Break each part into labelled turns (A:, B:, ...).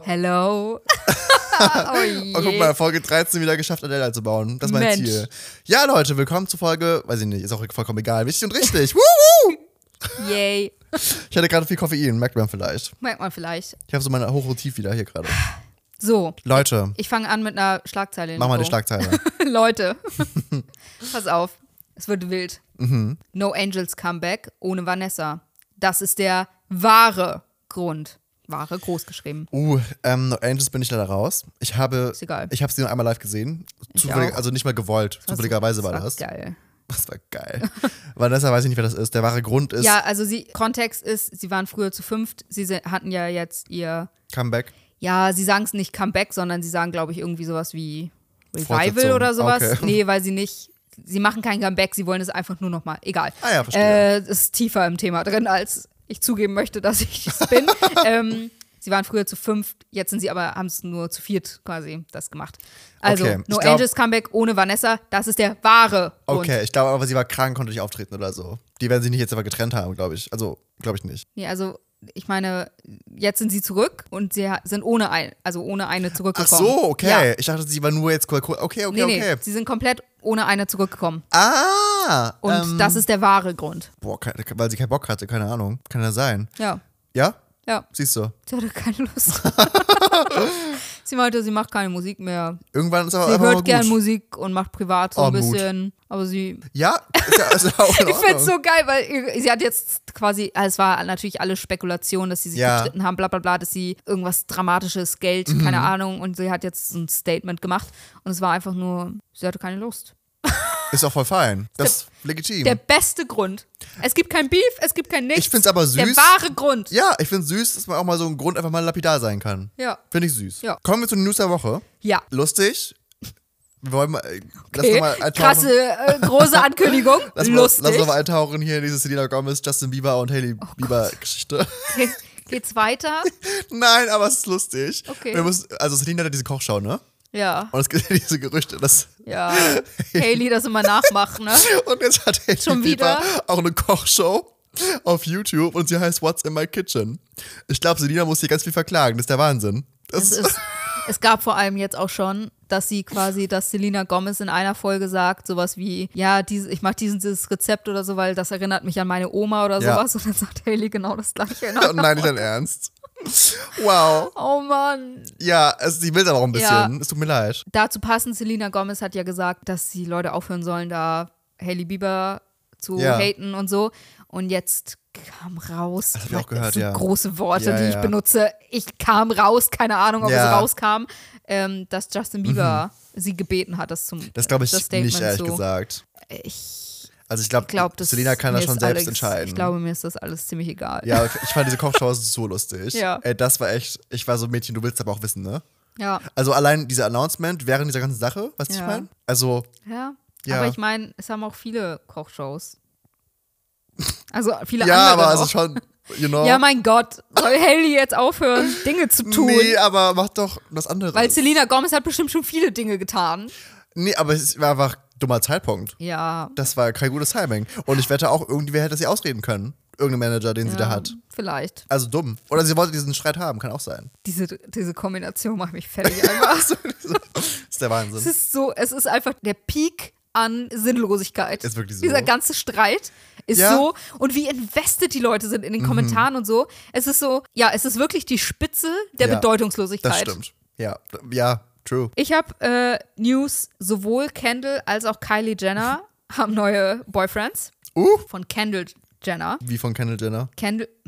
A: Hello. oh je.
B: Oh, guck mal, Folge 13 wieder geschafft, Adele zu bauen. Das ist mein
A: Mensch.
B: Ziel. Ja, Leute, willkommen zu Folge, weiß ich nicht, ist auch vollkommen egal. Wichtig und richtig. Wuhu!
A: Yay.
B: Ich hatte gerade viel Koffein, merkt man vielleicht.
A: Merkt man vielleicht.
B: Ich habe so meine Hoch und Tief wieder hier gerade.
A: So,
B: Leute,
A: ich fange an mit einer Schlagzeile.
B: mach mal die
A: Nico.
B: Schlagzeile.
A: Leute, pass auf. Es wird wild.
B: Mhm.
A: No Angels Comeback ohne Vanessa. Das ist der wahre Grund. Wahre groß geschrieben.
B: Uh, ähm, No Angels bin ich leider raus. Ich habe,
A: Ist egal.
B: ich habe sie nur einmal live gesehen. Zufällig,
A: auch.
B: also nicht mal gewollt. Zufälligerweise war das.
A: Geil.
B: Das war geil. Vanessa weiß ich nicht, wer das ist. Der wahre Grund ist
A: Ja, also sie, Kontext ist, sie waren früher zu fünft. Sie se- hatten ja jetzt ihr,
B: Comeback.
A: ja, sie sagen es nicht Comeback, sondern sie sagen, glaube ich, irgendwie sowas wie Revival
B: Fortsetzung.
A: oder sowas.
B: Okay.
A: Nee, weil sie nicht, sie machen kein Comeback, sie wollen es einfach nur nochmal. Egal.
B: Ah ja, verstehe.
A: Äh, ist tiefer im Thema drin, als ich zugeben möchte, dass ich es bin. ähm, sie waren früher zu fünft, jetzt sind sie aber, haben es nur zu viert quasi das gemacht. Also,
B: Okay, ich
A: No
B: glaub-
A: Angels Comeback ohne Vanessa, das ist der wahre Grund.
B: Okay, ich glaube aber, sie war krank, konnte nicht auftreten oder so. Die werden sich nicht jetzt aber getrennt haben, glaube ich. Also, glaube ich nicht.
A: Nee, also ich meine, jetzt sind sie zurück und sie ha- sind ohne ein, also ohne eine
B: Ach
A: zurückgekommen.
B: so, okay.
A: Ja.
B: Ich dachte, sie war nur jetzt cool, cool. Okay, okay,
A: Nee, nee,
B: okay.
A: sie sind komplett ohne eine zurückgekommen.
B: Ah!
A: Und
B: ähm,
A: das ist der wahre Grund.
B: boah, keine, weil sie keinen Bock hatte, keine Ahnung. Kann ja sein.
A: Ja,
B: Ja?
A: ja,
B: Siehst du.
A: sie hatte keine Lust. sie meinte, sie macht keine Musik mehr.
B: Irgendwann ist aber
A: Sie
B: einfach mal
A: hört
B: gut.
A: gern Musik und macht privat so
B: Oh,
A: ein
B: Mut.
A: bisschen. Aber sie.
B: ja, ist ja, ist ja auch in
A: Ich
B: Ordnung.
A: find's so geil, weil ihr- sie hat jetzt quasi, also es war natürlich alles Spekulation, dass sie sich
B: Ja. Mhm.
A: gestritten haben, bla bla bla, dass sie irgendwas Dramatisches, Geld, keine Ahnung, und sie hat jetzt so ein Statement gemacht und es war einfach nur, sie hatte keine Lust.
B: Ist auch voll fein. Das ist legitim.
A: Der beste Grund. Es gibt kein Beef, es gibt kein Nichts.
B: ich find's aber
A: Der
B: süß.
A: wahre Grund.
B: Ja, ich find's süß, dass man auch mal so einen Grund einfach mal lapidar sein kann.
A: Ja.
B: Finde ich süß.
A: Ja.
B: Kommen wir zu den News der Woche.
A: Ja.
B: Lustig. Wir wollen mal. äh, Lass
A: Okay.
B: noch mal eintauchen.
A: Krasse, äh, große Ankündigung.
B: Lass mal,
A: Lustig. Oh
B: Lass noch mal eintauchen hier in diese Selena Gomez, Justin Bieber und Hailey Bieber Geschichte.
A: Okay. Geht's weiter?
B: Nein, aber es ist lustig.
A: Okay.
B: Wir müssen, also Selena hat ja diese Kochschau, ne?
A: Ja,
B: Und es gibt ja diese Gerüchte, dass.
A: ja. Haley, das immer nachmachen, ne?
B: Und jetzt hat Hailey
A: Schon
B: Bieber
A: wieder?
B: auch eine Kochshow auf YouTube und sie heißt What's in my kitchen. Ich glaube, Selena muss hier ganz viel verklagen. Das ist der Wahnsinn. Das
A: Es, ist, es gab vor allem jetzt auch schon, dass sie quasi, dass Selena Gomez in einer Folge sagt, sowas wie, ja, diese, ich mache diesen, dieses Rezept oder so, weil das erinnert mich an meine Oma oder
B: Ja.
A: sowas. Und dann sagt Haley genau das gleiche.
B: Oh nein, nicht dein Ernst. Wow.
A: Oh Mann.
B: Ja, also sie will aber auch ein bisschen.
A: Ja.
B: Es tut mir leid.
A: Dazu passend, Selena Gomez hat ja gesagt, dass die Leute aufhören sollen, da Hailey Bieber zu
B: Ja.
A: haten und so. Und jetzt kam raus.
B: hab ich auch gehört,
A: das sind
B: ja.
A: große Worte,
B: Ja,
A: die ich
B: ja.
A: benutze. Ich kam raus, keine Ahnung, ob
B: Ja. Mhm.
A: es rauskam, ähm, dass Justin Bieber sie gebeten hat, das zum
B: Das glaube ich
A: das Statement
B: nicht, ehrlich
A: so.
B: gesagt.
A: Ich
B: Also ich glaube,
A: glaube, das
B: Selena kann
A: mir
B: das schon
A: ist
B: selbst
A: alles,
B: entscheiden.
A: Ich glaube, mir ist das alles ziemlich egal.
B: ja, ich fand diese Kochshow so lustig.
A: Ja.
B: Ey, das war echt, ich war so Mädchen, du willst aber auch wissen, ne?
A: Ja.
B: Also allein dieser Announcement während dieser ganzen Sache, weißt du,
A: Ja.
B: ich meine? Also,
A: Ja.
B: Ja.
A: Aber ich meine, es haben auch viele Kochshows. Also viele
B: ja,
A: andere.
B: aber
A: noch.
B: also schon, you know.
A: Ja, mein Gott, soll Haley jetzt aufhören, Dinge zu tun?
B: nee, also aber mach doch das andere.
A: Weil Selena Gomez hat bestimmt schon viele Dinge getan.
B: nee, aber es war einfach ein dummer Zeitpunkt.
A: Ja.
B: Das war kein gutes Timing. Und ich wette auch, irgendwer hätte sie ausreden können. Irgendein Manager, den sie da
A: ja,
B: hat.
A: Ähm, Vielleicht.
B: Also dumm. Oder sie wollte diesen Streit haben, kann auch sein.
A: Diese, diese Kombination macht mich fertig einfach.
B: Das ist der
A: es
B: Wahnsinn.
A: ist so, es ist einfach der Peak an Sinnlosigkeit.
B: Ist wirklich so.
A: Dieser ganze Streit ist
B: Ja. Mhm.
A: so. Und wie invested die Leute sind in den Kommentaren und so. Es ist so, ja, es ist wirklich die Spitze der
B: Ja,
A: Bedeutungslosigkeit.
B: Das stimmt. Ja, ja, true.
A: Ich habe äh, News, sowohl Kendall als auch Kylie Jenner haben neue Boyfriends.
B: Uh.
A: Von Kendall Jenner.
B: Wie von Kendall Jenner.
A: Kendall.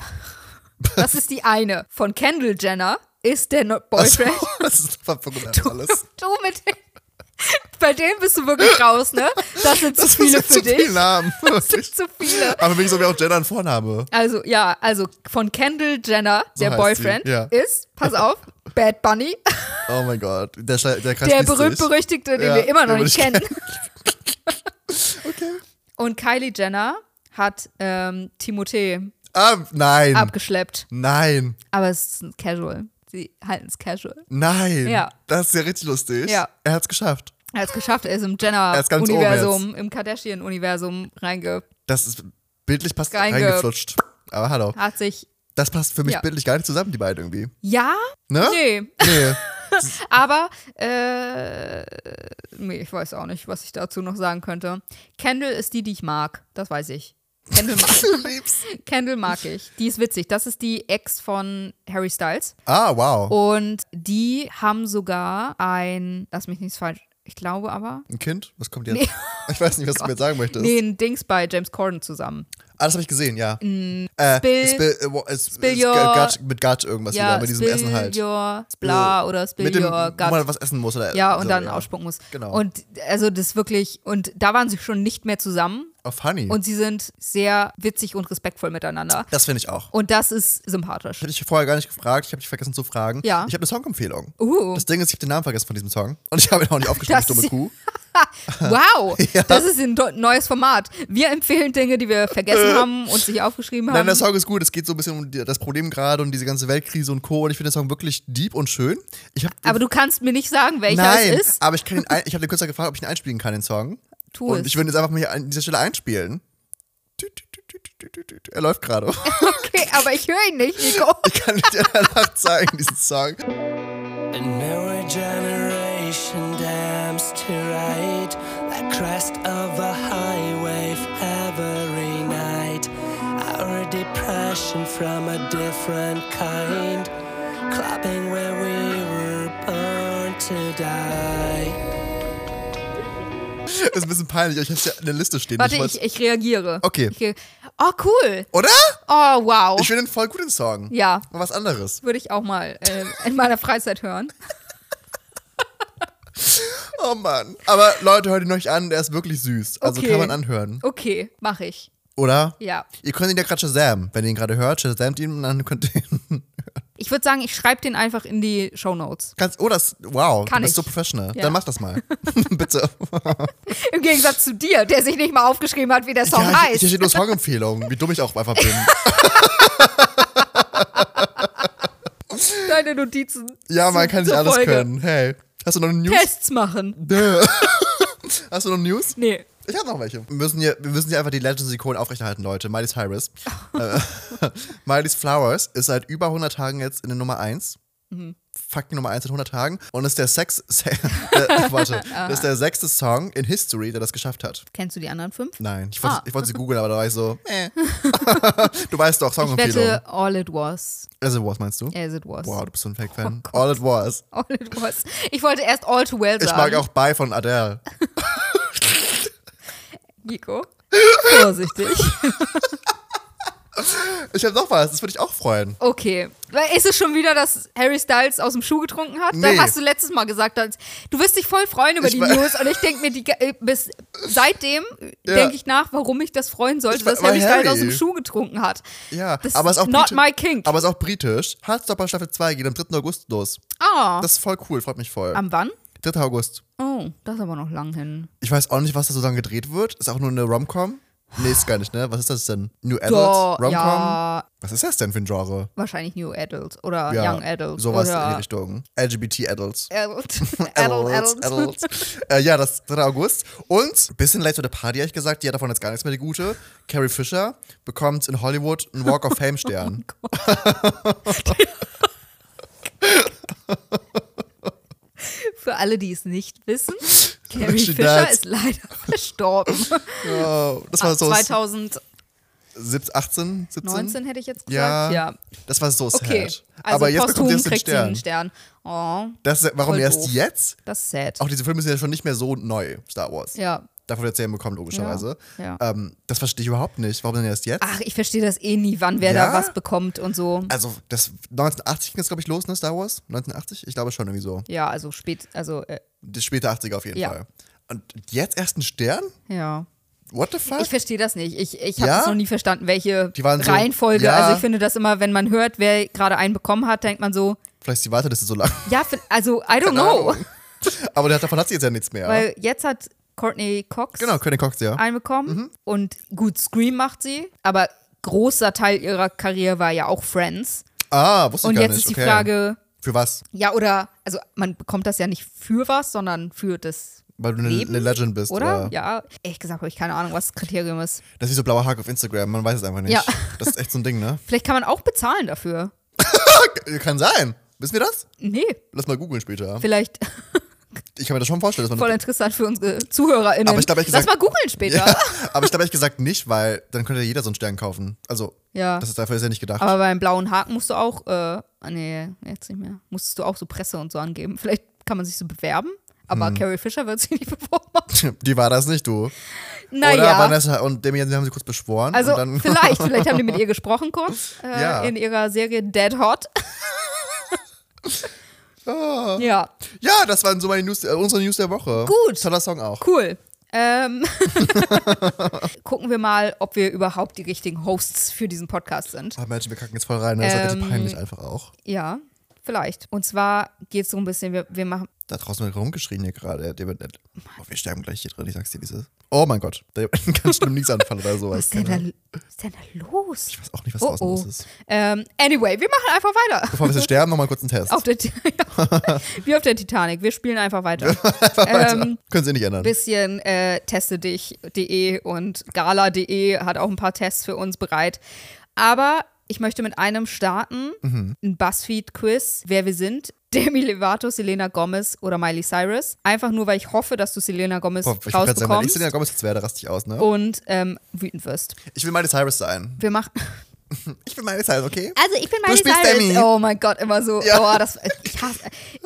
A: Das ist die eine. Von Kendall Jenner ist der no
B: Also,
A: Boyfriend.
B: das ist verwirrend alles.
A: Oh, Du mit dem. Bei dem bist du wirklich raus, ne? Das sind zu
B: Das sind
A: viele
B: jetzt
A: für
B: zu
A: dich.
B: viele Namen.
A: Das sind zu viele.
B: Aber wenigstens haben wir auch Jenner einen Vorname.
A: Also, ja, also von Kendall Jenner, der
B: heißt sie,
A: Boyfriend,
B: ja.
A: ist, pass auf, Bad Bunny,
B: Oh mein Gott. Der, Schle- der, Kreis
A: der
B: schließt sich.
A: berühmt-berüchtigte, den
B: Ja,
A: wir immer noch
B: den wir
A: nicht
B: nicht
A: kennen. Und Kylie Jenner hat ähm, Timothée
B: Ah, nein.
A: abgeschleppt.
B: Nein.
A: Aber es ist ein Casual. Sie halten es casual.
B: Nein.
A: Ja.
B: Das ist ja richtig lustig.
A: Ja.
B: Er hat's geschafft.
A: Er hat es geschafft, er ist im
B: ist ganz oben
A: Jenner-Universum, im Kardashian-Universum reinge...
B: Das ist bildlich passt
A: Reinge-
B: reingeflutscht. Aber hallo.
A: hat sich
B: Das passt für mich
A: Ja.
B: bildlich gar nicht zusammen, die beiden irgendwie.
A: Ja?
B: Ne?
A: Nee.
B: Nee.
A: Aber, äh, nee, ich weiß auch nicht, was ich dazu noch sagen könnte. Kendall ist die, die ich mag. Das weiß ich. Kendall mag,
B: Du liebst.
A: Kendall mag ich. Die ist witzig. Das ist die Ex von Harry Styles.
B: Ah,
A: Oh.
B: wow.
A: Und die haben sogar ein, lass mich nicht falsch, ich glaube aber,
B: Ein Kind? Was kommt jetzt? Ich weiß nicht, was du mir jetzt sagen möchtest.
A: Oh nee, ein Dings bei James Corden zusammen.
B: Ah, das habe ich gesehen, ja. Äh,
A: Mm. Spill-
B: Spill, äh, wo- es-
A: Spill
B: es-
A: your-
B: Gatsch- mit Gatsch irgendwas wieder,
A: Ja,
B: mit diesem
A: spill
B: Essen halt.
A: your bla oder spill
B: mit dem,
A: your
B: wo
A: gut.
B: man was essen muss. Oder,
A: Ja, und
B: so,
A: dann ausspucken muss.
B: Genau.
A: Und also das wirklich, und da waren sie schon nicht mehr zusammen
B: Auf Honey.
A: und sie sind sehr witzig und respektvoll miteinander.
B: das finde ich auch.
A: Und das ist sympathisch.
B: Hätte ich vorher gar nicht gefragt, ich habe dich vergessen zu fragen.
A: Ja.
B: Ich habe eine Songempfehlung.
A: Uh.
B: Das Ding ist, ich habe den Namen vergessen von diesem Song. Und ich habe ihn auch nicht aufgeschrieben,
A: Das
B: dumme
A: ist-
B: Kuh.
A: Wow,
B: Ja.
A: das ist ein do- neues Format. Wir empfehlen Dinge, die wir vergessen haben und sich aufgeschrieben haben.
B: Äh. Nein, der Song ist gut. Es geht so ein bisschen um die- das Problem gerade und diese ganze Weltkrise und Co. Und ich finde den Song wirklich deep und schön. Ich habe
A: aber du kannst mir nicht sagen, Äh, welcher
B: Nein,
A: es ist.
B: aber ich, kann ihn ein, ich habe den Künstler gefragt, ob ich ihn einspielen kann, den Song.
A: Tu
B: und
A: es.
B: ich würde ihn jetzt einfach mal hier an dieser Stelle einspielen. Tü, tü, tü, tü, tü, tü, tü, tü. Er läuft gerade.
A: Okay, aber ich höre ihn nicht, Nico.
B: Ich kann ich dir danach zeigen, diesen Song.
C: And now a generation damns to right The crest of a high wave every night Our depression from a different kind Clubbing where we were born to die
B: Ist ein bisschen peinlich, aber ich habe ja in der Liste stehen.
A: Warte,
B: wollt's-
A: ich, ich reagiere.
B: Okay.
A: Ich re oh, cool.
B: Oder?
A: Oh, wow.
B: Ich finde den voll guten Song.
A: ja,
B: Mal was anderes.
A: würde ich auch mal äh, in meiner Freizeit hören.
B: Oh Mann. Aber Leute, hört ihn euch an, der ist wirklich süß. Also
A: Okay.
B: kann man anhören.
A: Okay, mache ich.
B: Oder?
A: Ja.
B: Ihr könnt ihn ja gerade Shazam. Wenn ihr ihn gerade hört, Shazamt ihn und dann könnt ihr ihn.
A: Ich würde sagen, ich schreibe den einfach in die Shownotes.
B: Kannst, oh, das. Wow.
A: Kann
B: du bist
A: ich.
B: so professional.
A: Ja.
B: Dann mach das mal. Bitte.
A: Im Gegensatz zu dir, der sich nicht mal aufgeschrieben hat, wie der Song
B: ja, ich-
A: heißt.
B: hier steht nur Songempfehlungen, wie dumm ich auch einfach bin.
A: Deine Notizen.
B: Ja, man
A: zu-
B: kann nicht
A: zur
B: alles
A: Folge.
B: können. Hey. Hast du noch eine News?
A: Tests machen.
B: Hast du noch News?
A: Nee.
B: Ich habe noch welche. Wir müssen, hier, wir müssen hier einfach die Legends-Ikonen aufrechterhalten, Leute. Miley Cyrus. Äh, Miley's Flowers ist seit über 100 Tagen jetzt in der Nummer 1.
A: Mhm.
B: Fuck die Nummer 1 in 100 Tagen. Und ist der Sex. Se äh, warte.
A: Ah.
B: Das ist der sechste Song in History, der das geschafft hat.
A: Kennst du die anderen fünf?
B: Nein. Ich wollte
A: Ah.
B: ich wollte sie googeln, aber da war ich so. Äh. du weißt doch,
A: Ich
B: Songempfehlung.
A: wette, all it was,
B: As it was, meinst du?
A: as it was.
B: Wow, du bist so ein Fake-Fan.
A: Oh Gott.
B: All it was.
A: All it was. Ich wollte erst all too well
B: Ich
A: sagen.
B: mag auch Bye von Adele.
A: Nico. Vorsichtig.
B: Ich habe noch was, das würde ich auch freuen.
A: Okay. Weil Ist es schon wieder, dass Harry Styles aus dem Schuh getrunken hat?
B: Nee.
A: Das hast du letztes Mal gesagt. Dass, du wirst dich voll freuen über
B: Ich
A: die
B: wa-
A: News. Und ich denke mir, die, äh, bis, seitdem
B: Ja.
A: denke ich nach, warum ich das freuen sollte,
B: Ich wa-
A: dass
B: weil
A: Harry Styles
B: Harry-
A: aus dem Schuh getrunken hat.
B: Ja,
A: Das
B: aber es ist auch
A: not
B: briti-
A: my kink.
B: Aber es ist auch britisch. Hardstopper Staffel 2 geht am 3. August los.
A: Ah.
B: Das ist voll cool, freut mich voll.
A: Am wann?
B: 3. August.
A: Oh, das ist aber noch lang hin.
B: Ich weiß auch nicht, was da so lange gedreht wird. Ist auch nur eine Romcom? Nee, ist gar nicht, ne? Was ist das denn? New Adult?
A: Doch,
B: Romcom?
A: ja.
B: Was ist das denn für ein Genre?
A: Wahrscheinlich New Adult oder
B: Ja,
A: Young Adult.
B: Sowas in die
A: oder
B: Richtung. LGBT Adults.
A: Adult. Adult, Adult.
B: Adults. äh, ja, das 3. August. Und ein bisschen late to the party, ehrlich gesagt, die hat davon jetzt gar nichts mehr, die gute. Carrie Fisher bekommt in Hollywood einen Walk of
A: Oh
B: Fame-Stern.
A: Für alle, die es nicht wissen,
B: Who
A: Carrie
B: she
A: Fisher
B: does.
A: ist leider verstorben.
B: oh, das
A: Ah,
B: war so
A: 2019
B: sieb- 18, 17?
A: hätte ich jetzt
B: Ja,
A: gesagt. Ja.
B: Das war so sad.
A: Okay. Also
B: Aber jetzt
A: posthum
B: bekommt sie jetzt den
A: kriegt
B: Stern.
A: sie einen Stern. Oh,
B: Das, ist- warum
A: Voll
B: erst
A: doof.
B: jetzt?
A: das ist sad.
B: Auch diese Filme sind ja schon nicht mehr so neu, Star Wars.
A: Ja.
B: Davon wird es ja bekommen, logischerweise.
A: Ja,
B: Ähm, das verstehe ich überhaupt nicht. Warum denn erst jetzt?
A: Ach, ich verstehe das eh nie, wann wer
B: Ja?
A: da was bekommt und so.
B: Also, das 1980 ging es, glaube ich, los, ne, Star Wars? 1980? Ich glaube schon irgendwie so.
A: Ja, also spät, also äh,
B: Das späte 80er auf jeden
A: Ja.
B: Fall. Und jetzt erst einen Stern?
A: ja.
B: What the fuck?
A: Ich verstehe das nicht. Ich, ich habe
B: Ja?
A: das noch nie verstanden, welche
B: Die waren so,
A: Reihenfolge.
B: ja.
A: Also ich finde das immer, wenn man hört, wer gerade einen bekommen hat, denkt man so,
B: Vielleicht ist die Warteliste so lang.
A: ja, fi- also I don't
B: Keine
A: know.
B: Ahnung. Aber der- davon hat sie jetzt ja nichts mehr.
A: Weil jetzt hat Courtney Cox
B: genau, Mhm. König Cox, ja.
A: einen bekommen und gut, Scream macht sie, aber großer Teil ihrer Karriere war ja auch Friends.
B: Ah, wusste
A: Und
B: ich gar
A: jetzt
B: nicht.
A: ist die
B: okay.
A: Frage,
B: Für was?
A: ja oder, also man bekommt das ja nicht für was, sondern für das
B: Weil du eine,
A: Leben,
B: eine Legend bist,
A: oder?
B: oder?
A: Ja. Ehrlich gesagt habe ich keine Ahnung, was das Kriterium ist.
B: Das ist wie so blauer Hack auf Instagram, man weiß es einfach nicht.
A: Ja.
B: Das ist echt so ein Ding, ne?
A: Vielleicht kann man auch bezahlen dafür.
B: Kann sein. Wissen wir das?
A: Nee,
B: Lass mal googeln später.
A: vielleicht
B: Ich kann mir das schon vorstellen, dass man.
A: voll interessant für unsere ZuhörerInnen.
B: Aber ich glaube, ehrlich
A: Lass mal
B: gesagt-
A: googeln später.
B: ja, aber ich glaube ehrlich gesagt nicht, weil dann könnte ja jeder so einen Stern kaufen. Also,
A: Ja.
B: das ist dafür ist ja nicht gedacht.
A: Aber beim blauen Haken musst du auch, äh, ah, nee, jetzt nicht mehr. Musstest du auch so Presse und so angeben. Vielleicht kann man sich so bewerben, aber
B: Hm.
A: Carrie Fisher wird sich nicht beworben haben.
B: Die war das nicht, du. Oder
A: Naja.
B: Vanessa und Damian die haben sie kurz beschworen.
A: Also
B: und dann
A: vielleicht, vielleicht haben die mit ihr gesprochen kurz äh,
B: Ja.
A: in ihrer Serie Dead Hot.
B: Oh.
A: Ja,
B: Ja, das waren so meine News, äh, unsere News der Woche.
A: Gut.
B: Toller Song auch.
A: cool. Ähm, gucken wir mal, ob wir überhaupt die richtigen Hosts für diesen Podcast sind.
B: Ah, Mensch, wir kacken jetzt voll rein. ne? Das ist
A: Ähm.
B: richtig peinlich einfach auch.
A: Ja, vielleicht. Und zwar geht es so ein bisschen, wir, wir machen,
B: Da draußen wird rumgeschrien hier gerade. Der wird- Oh, wir sterben gleich hier drin, ich sag's dir, wie es ist. Oh mein Gott, der hat einen ganz schlimmen Niesanfall oder sowas.
A: was ist denn, da,
B: Keine-
A: was ist denn da los?
B: Ich weiß auch nicht, was
A: Oh,
B: draußen
A: oh.
B: los ist.
A: Ähm, anyway, wir machen einfach weiter.
B: Bevor wir sterben, nochmal kurz einen Test.
A: Auf der, wie auf der Titanic. Wir spielen einfach weiter. Ähm,
B: Können Sie nicht ändern.
A: bisschen äh, testedich.de E und gala.de hat auch ein paar Tests für uns bereit. Aber ich möchte mit einem starten:
B: Mhm.
A: ein Buzzfeed-Quiz, wer wir sind. Demi Lovato, Selena Gomez oder Miley Cyrus. Einfach nur, weil ich hoffe, dass du Selena Gomez
B: Boah, Oh, ich wollte gerade sagen, wenn ich
A: rausbekommst
B: Selena Gomez jetzt wäre, da raste ich aus, ne?
A: und ähm, wütend wirst.
B: Ich will Miley Cyrus sein.
A: Wir machen.
B: Ich will Miley Cyrus, okay?
A: Also ich bin
B: Du
A: Miley
B: spielst
A: Cyrus.
B: Demi.
A: Oh mein Gott, immer so.
B: Ja.
A: Oh, das, ich, hasse,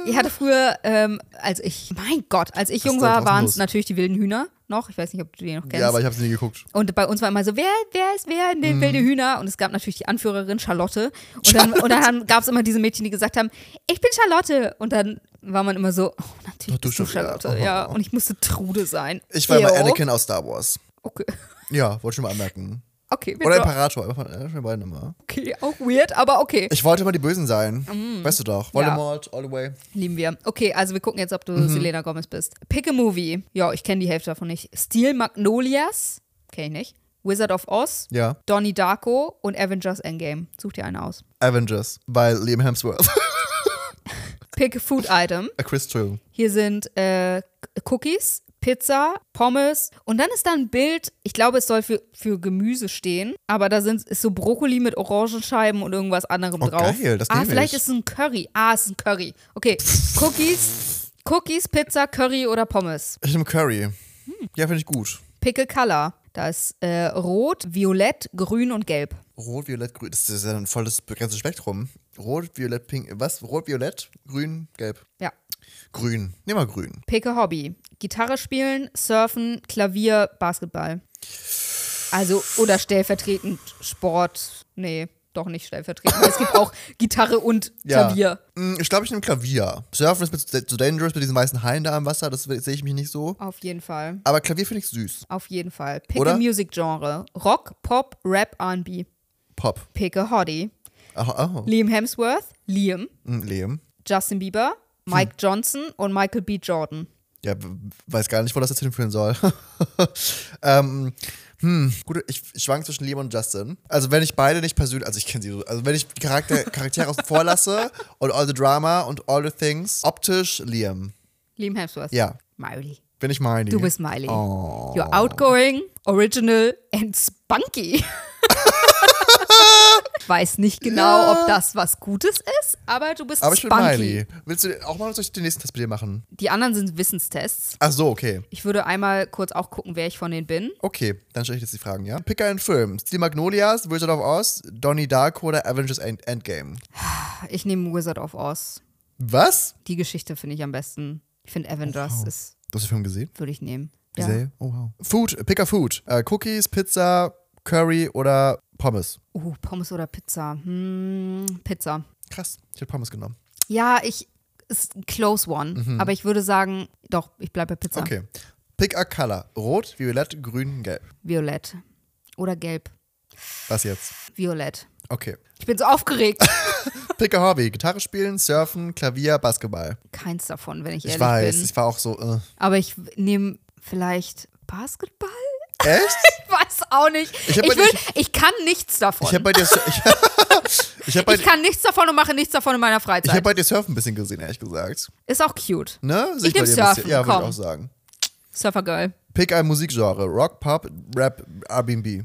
A: ich hatte früher, ähm, als ich, mein Gott, als ich jung
B: ist da
A: war,
B: draußen
A: waren es
B: los?
A: natürlich die wilden Hühner noch. Ich weiß nicht, ob du die noch kennst.
B: Ja, aber ich Mhm. habe sie nie geguckt.
A: und bei uns war immer so, wer, wer ist wer in den wilden Hühner? Und es gab natürlich die Anführerin Charlotte. Und dann, und dann gab es immer diese Mädchen, die gesagt haben, ich bin Charlotte. Und dann war man immer so, oh, natürlich
B: Ach, du
A: bist du
B: schon, ja.
A: Charlotte. Ja. Und ich musste Trude sein.
B: Ich war
A: Ew.
B: immer Anakin aus Star Wars.
A: Okay,
B: Ja, wollte ich schon mal anmerken.
A: okay, wir
B: Oder
A: dro-
B: Imperator, einfach von einer von den beiden immer.
A: okay auch weird, aber okay.
B: Ich wollte immer die Bösen sein.
A: Mhm.
B: Weißt du doch. Voldemort, all the way.
A: Lieben wir. Okay, also wir gucken jetzt, ob du
B: Mhm.
A: Selena Gomez bist. Pick a Movie. Ja, ich kenne die Hälfte davon nicht. Steel Magnolias. Kenne ich nicht. Wizard of Oz.
B: Ja.
A: Donnie Darko und Avengers Endgame. Such dir eine aus.
B: Avengers, bei Liam Hemsworth.
A: Pick a Food Item.
B: A Chris True.
A: Hier sind äh, Cookies, Pizza, Pommes. Und dann ist da ein Bild, ich glaube, es soll für, für Gemüse stehen, aber da sind, ist so Brokkoli mit Orangenscheiben und irgendwas anderem
B: Oh,
A: drauf.
B: geil, das
A: ah,
B: nehm
A: vielleicht
B: ich.
A: ist es ein Curry. Ah, es ist ein Curry. Okay, Cookies, Cookies, Pizza, Curry oder Pommes.
B: Ich nehme Curry. Ja, finde ich gut.
A: Pick a Color. Da ist äh, Rot, Violett, Grün und Gelb.
B: Rot, Violett, Grün. Das ist ja ein volles begrenztes Spektrum. Rot, Violett, Pink. Was? Rot, Violett, Grün, Gelb.
A: Ja.
B: Grün. Nimm mal Grün.
A: Pick a Hobby. Gitarre spielen, Surfen, Klavier, Basketball. Also, oder stellvertretend Sport. Nee, doch nicht stellvertretend. weil es gibt auch Gitarre und
B: Ja.
A: Klavier.
B: Hm, Ich glaube, ich nehme Klavier. Surfen ist mir zu zu dangerous mit diesen weißen Haien da im Wasser. Das sehe ich mich nicht so.
A: Auf jeden Fall.
B: Aber Klavier finde ich süß.
A: Auf jeden Fall. Pick a
B: Oder?
A: Music Genre. Rock, Pop, Rap, R&B.
B: Pop.
A: Pick a Hobby.
B: Aha, oh.
A: Liam Hemsworth, Liam,
B: Hm, Liam.
A: Justin Bieber, Mike
B: Hm.
A: Johnson und Michael B. Jordan.
B: Ja, w- weiß gar nicht, wo das jetzt hinführen soll. ähm, hm, gut, ich schwank zwischen Liam und Justin. Also wenn ich beide nicht persönlich, also ich kenne sie so, also wenn ich die Charakter, Charaktere außen vor lasse und all the drama und all the things, optisch Liam.
A: Liam Hemsworth.
B: Ja,
A: Miley.
B: bin ich Miley.
A: Du bist Miley.
B: Oh.
A: You're outgoing, original and spunky. Weiß nicht genau, ob das was Gutes ist, aber du bist
B: Aber ich bin
A: spunky.
B: Miley. Willst du auch mal soll ich den nächsten Test mit dir machen?
A: Die anderen sind Wissenstests.
B: Ach so, okay.
A: Ich würde einmal kurz auch gucken, wer ich von denen bin.
B: Okay, dann stelle ich jetzt die Fragen, ja? Pick einen Film. Steel Magnolias, Wizard of Oz, Donnie Darko oder Avengers End Endgame.
A: Ich nehme Wizard of Oz.
B: Was?
A: Die Geschichte finde ich am besten. Ich finde Avengers
B: Oh.
A: ist,
B: Du hast den Film gesehen?
A: würde ich nehmen.
B: Die
A: Ja.
B: Serie? Oh, wow. Food, pick a food. Äh, Cookies, Pizza, Curry oder Pommes.
A: Uh, Pommes oder Pizza? Hm, Pizza.
B: Krass, ich hätte Pommes genommen.
A: Ja, ich ist ein close one, aber ich würde sagen, doch, ich bleibe bei Pizza.
B: Mhm. Okay. Pick a color. Rot, Violett, Grün, Gelb.
A: Violett oder gelb.
B: Was jetzt?
A: Violett.
B: Okay.
A: Ich bin so aufgeregt.
B: Pick a Hobby. Gitarre spielen, Surfen, Klavier, Basketball.
A: Keins davon, wenn ich
B: Ich
A: ehrlich
B: weiß,
A: bin.
B: ich war auch so, äh.
A: Aber ich nehme vielleicht Basketball?
B: Echt?
A: Ich weiß auch nicht. Ich,
B: hab bei-
A: will, ich kann nichts davon.
B: Ich habe bei dir, Sur- ich, ich hab bei,
A: Ich kann nichts davon und mache nichts davon in meiner
B: ich hab
A: Freizeit.
B: bei dir Surfen ein bisschen gesehen, ehrlich gesagt.
A: Ist auch cute.
B: Ne? Sehe
A: Ich nehm
B: bei dir ein bisschen-
A: Surfen,
B: Ja, würde
A: komm.
B: ich auch sagen.
A: Surfer Girl,
B: Pick ein Musikgenre. Rock, Pop, Rap, R&B.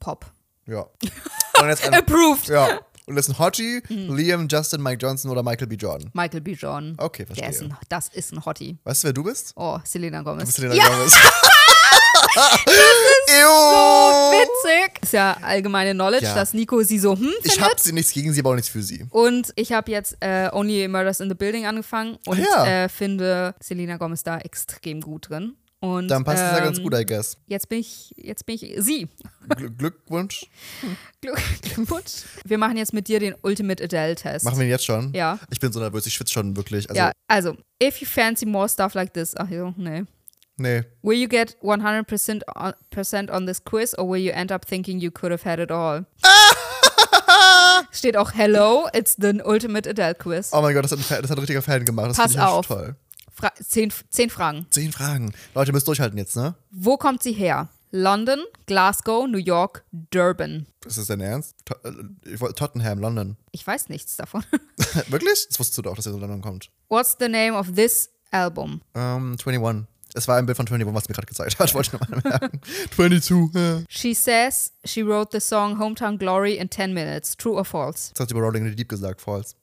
A: Pop.
B: Ja. Und jetzt ein,
A: Approved.
B: ja. Und das sind Hodgie,
A: Mhm.
B: Liam, Justin, Mike Johnson oder Michael B. Jordan.
A: Michael B. Jordan.
B: Okay,
A: Der ist
B: verstehe.
A: ein, das ist ein Hottie.
B: Weißt du, wer du bist?
A: Oh, Selena Gomez.
B: Du bist Selena
A: ja,
B: Gomez. Ew.
A: witzig. Ist ja allgemeine Knowledge,
B: Ja.
A: dass Nico sie so hm
B: Ich
A: findet.
B: hab sie nichts gegen sie, aber auch nichts für sie.
A: und ich habe jetzt äh, Only Murders in the Building angefangen und
B: Ah, ja.
A: äh, finde Selena Gomez da extrem gut drin. Und,
B: Dann passt es ja
A: ähm,
B: ganz gut, I guess.
A: Jetzt bin ich, jetzt bin ich sie.
B: Gl Glückwunsch.
A: Gl- Glückwunsch. Wir machen jetzt mit dir den Ultimate Adele Test.
B: Machen wir ihn jetzt schon?
A: Ja.
B: Ich bin so nervös, ich schwitze schon wirklich. Also,
A: ja, also, if you fancy more stuff like this, ach ja, nee.
B: nee.
A: Will you get 100% on, percent on this quiz or will you end up thinking you could have had it all? Steht auch Hello, it's the ultimate Adele Quiz.
B: Oh mein Gott, das hat, ein Fan- das hat ein richtiger Fan gemacht. Das
A: Pass
B: finde ich echt
A: auf.
B: toll.
A: Fra zehn, zehn Fragen.
B: Zehn Fragen. Leute, ihr müsst durchhalten jetzt, ne?
A: Wo kommt sie her? London, Glasgow, New York, Durban.
B: Ist das dein Ernst? To äh, ich wollte- Tottenham, London.
A: Ich weiß nichts davon.
B: wirklich? Das wusstest du doch, dass er aus London kommt.
A: What's the name of this album?
B: Ähm, 21. Es war ein Bild von 21, was mir gerade gezeigt hat, wollte ich nochmal merken. 22. ja.
A: She says she wrote the song Hometown Glory in 10 minutes. True or false?
B: Das hat sie über Rolling in the Deep gesagt, false.